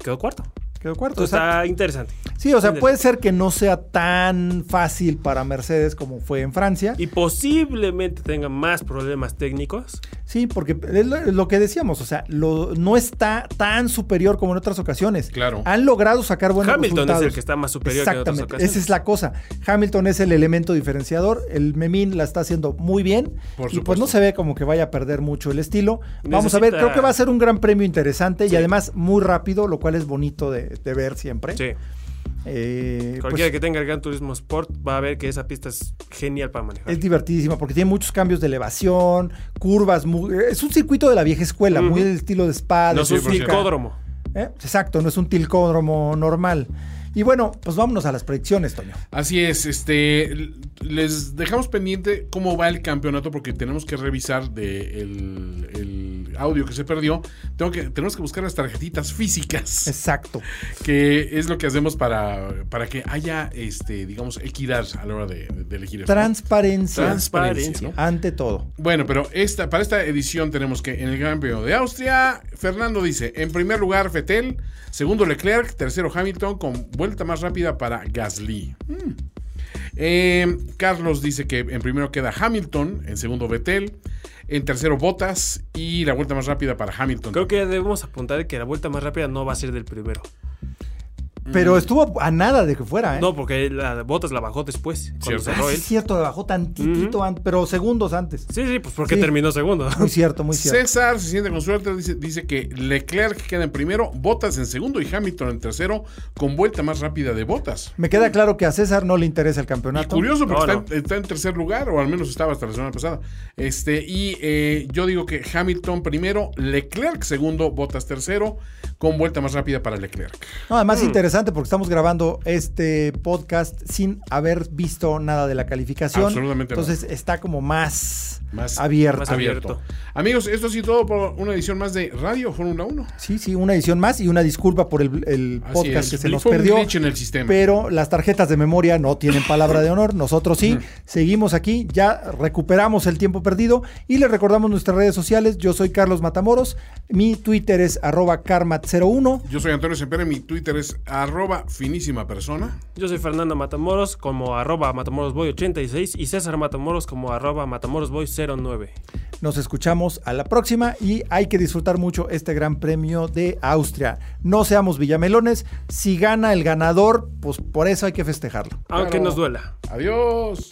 Speaker 3: quedó cuarto.
Speaker 1: Quedó cuarto.
Speaker 3: Esto
Speaker 1: exacto.
Speaker 3: está interesante.
Speaker 1: Sí, o sea, puede ser que no sea tan fácil para Mercedes como fue en Francia.
Speaker 3: Y posiblemente tenga más problemas técnicos.
Speaker 1: Sí, porque es lo, lo que decíamos, o sea, lo- no está tan superior como en otras ocasiones.
Speaker 2: Claro.
Speaker 1: Han logrado sacar buenos
Speaker 3: Hamilton es el
Speaker 1: resultados.
Speaker 3: que está más superior que en otras
Speaker 1: Exactamente.
Speaker 3: ocasiones.
Speaker 1: Esa es la cosa. Hamilton es el elemento diferenciador. El Memín la está haciendo muy bien.
Speaker 2: Por
Speaker 1: y pues no
Speaker 2: supuesto.
Speaker 1: se ve como que vaya a perder mucho el estilo. Vamos a ver,
Speaker 3: Necesita-
Speaker 1: creo que va a ser un gran premio interesante y además muy rápido, lo cual es bonito de, de ver siempre.
Speaker 3: Sí.
Speaker 1: Eh,
Speaker 3: Cualquiera
Speaker 1: pues,
Speaker 3: que tenga el Gran Turismo Sport va a ver que esa pista es genial para manejar.
Speaker 1: Es divertidísima porque tiene muchos cambios de elevación, curvas. muy- es un circuito de la vieja escuela, muy del estilo de espada.
Speaker 3: no es un
Speaker 2: 100%.
Speaker 3: psicódromo.
Speaker 1: ¿Eh? Exacto, no es un tilcódromo normal. Y bueno, pues vámonos a las predicciones, Toño.
Speaker 2: Así es, este l- les dejamos pendiente cómo va el campeonato porque tenemos que revisar de el, el audio que se perdió. Tengo que, tenemos que buscar las tarjetitas físicas,
Speaker 1: Exacto.
Speaker 2: que es lo que hacemos para, para que haya este, digamos, equidad a la hora de, de elegir esto.
Speaker 1: Transparencia.
Speaker 2: Transparencia, ¿no?
Speaker 1: ante todo.
Speaker 2: Bueno, pero esta, para esta edición tenemos que en el Gran Premio de Austria, Fernando dice, en primer lugar Fettel, segundo Leclerc, tercero Hamilton con vuelta más rápida para Gasly. Mm. Eh, Carlos dice que en primero queda Hamilton, en segundo Vettel, en tercero Bottas y la vuelta más rápida para Hamilton.
Speaker 3: Creo que ya debemos apuntar que la vuelta más rápida no va a ser del primero.
Speaker 1: Pero estuvo a nada de que fuera, ¿eh?
Speaker 3: No, porque la Botas la bajó después. Cuando
Speaker 2: Cierto.
Speaker 1: Ah,
Speaker 3: cerró
Speaker 1: sí
Speaker 3: él.
Speaker 1: es cierto, le bajó tantitito, an- pero segundos antes.
Speaker 3: Sí, sí, pues porque
Speaker 1: Sí.
Speaker 3: terminó segundo.
Speaker 1: Muy cierto, muy cierto.
Speaker 2: César se siente con suerte, dice, dice que Leclerc queda en primero, Bottas en segundo y Hamilton en tercero con vuelta más rápida de Bottas.
Speaker 1: Me queda claro que a César no le interesa el
Speaker 2: Y
Speaker 1: campeonato.
Speaker 2: curioso porque
Speaker 3: No,
Speaker 2: está, en- está en tercer lugar, o al menos estaba hasta la semana pasada. Este, y eh, yo digo que Hamilton primero, Leclerc segundo, Bottas tercero, con vuelta más rápida para Leclerc.
Speaker 1: No, además es interesante porque estamos grabando este podcast sin haber visto nada de la calificación.
Speaker 2: Absolutamente no.
Speaker 1: Entonces está como más,
Speaker 2: Más
Speaker 1: abierto.
Speaker 3: más
Speaker 2: Abierto.
Speaker 3: abierto.
Speaker 2: Amigos, esto ha sido todo por una edición más de Radio Fórmula 1.
Speaker 1: Sí, sí, una edición más y una disculpa por el, el
Speaker 2: Así
Speaker 1: podcast
Speaker 2: es.
Speaker 1: que se nos
Speaker 2: Fue un
Speaker 1: perdió.
Speaker 2: glitch en el sistema.
Speaker 1: Pero las tarjetas de memoria no tienen palabra de honor, nosotros sí. Seguimos aquí, ya recuperamos el tiempo perdido y les recordamos nuestras redes sociales. Yo soy Carlos Matamoros, mi Twitter es arroba karmat01.
Speaker 2: Yo soy Antonio Sempere, mi Twitter es arroba finísima persona.
Speaker 3: Yo soy Fernando Matamoros como arroba matamorosboy86 y César Matamoros como arroba matamorosboy09.
Speaker 1: Nos escuchamos a la próxima y hay que disfrutar mucho este gran premio de Austria. No seamos villamelones, si gana el ganador, pues por eso hay que festejarlo.
Speaker 3: Aunque
Speaker 2: Claro.
Speaker 3: nos duela.
Speaker 2: Adiós.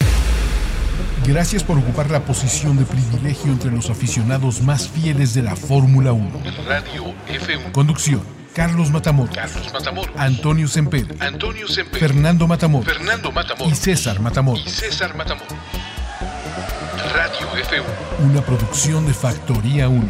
Speaker 4: Gracias por ocupar la posición de privilegio entre los aficionados más fieles de la Fórmula 1.
Speaker 6: Radio F1.
Speaker 4: Conducción: Carlos Matamoros,
Speaker 6: Carlos Matamoros.
Speaker 4: Antonio Semper,
Speaker 6: Antonio Semper.
Speaker 4: Fernando Matamoros
Speaker 6: Fernando
Speaker 4: y
Speaker 6: Matamoros.
Speaker 4: César
Speaker 6: Y
Speaker 4: Matamoros.
Speaker 6: César Matamoros. Radio F1.
Speaker 4: Una producción de Factoría 1.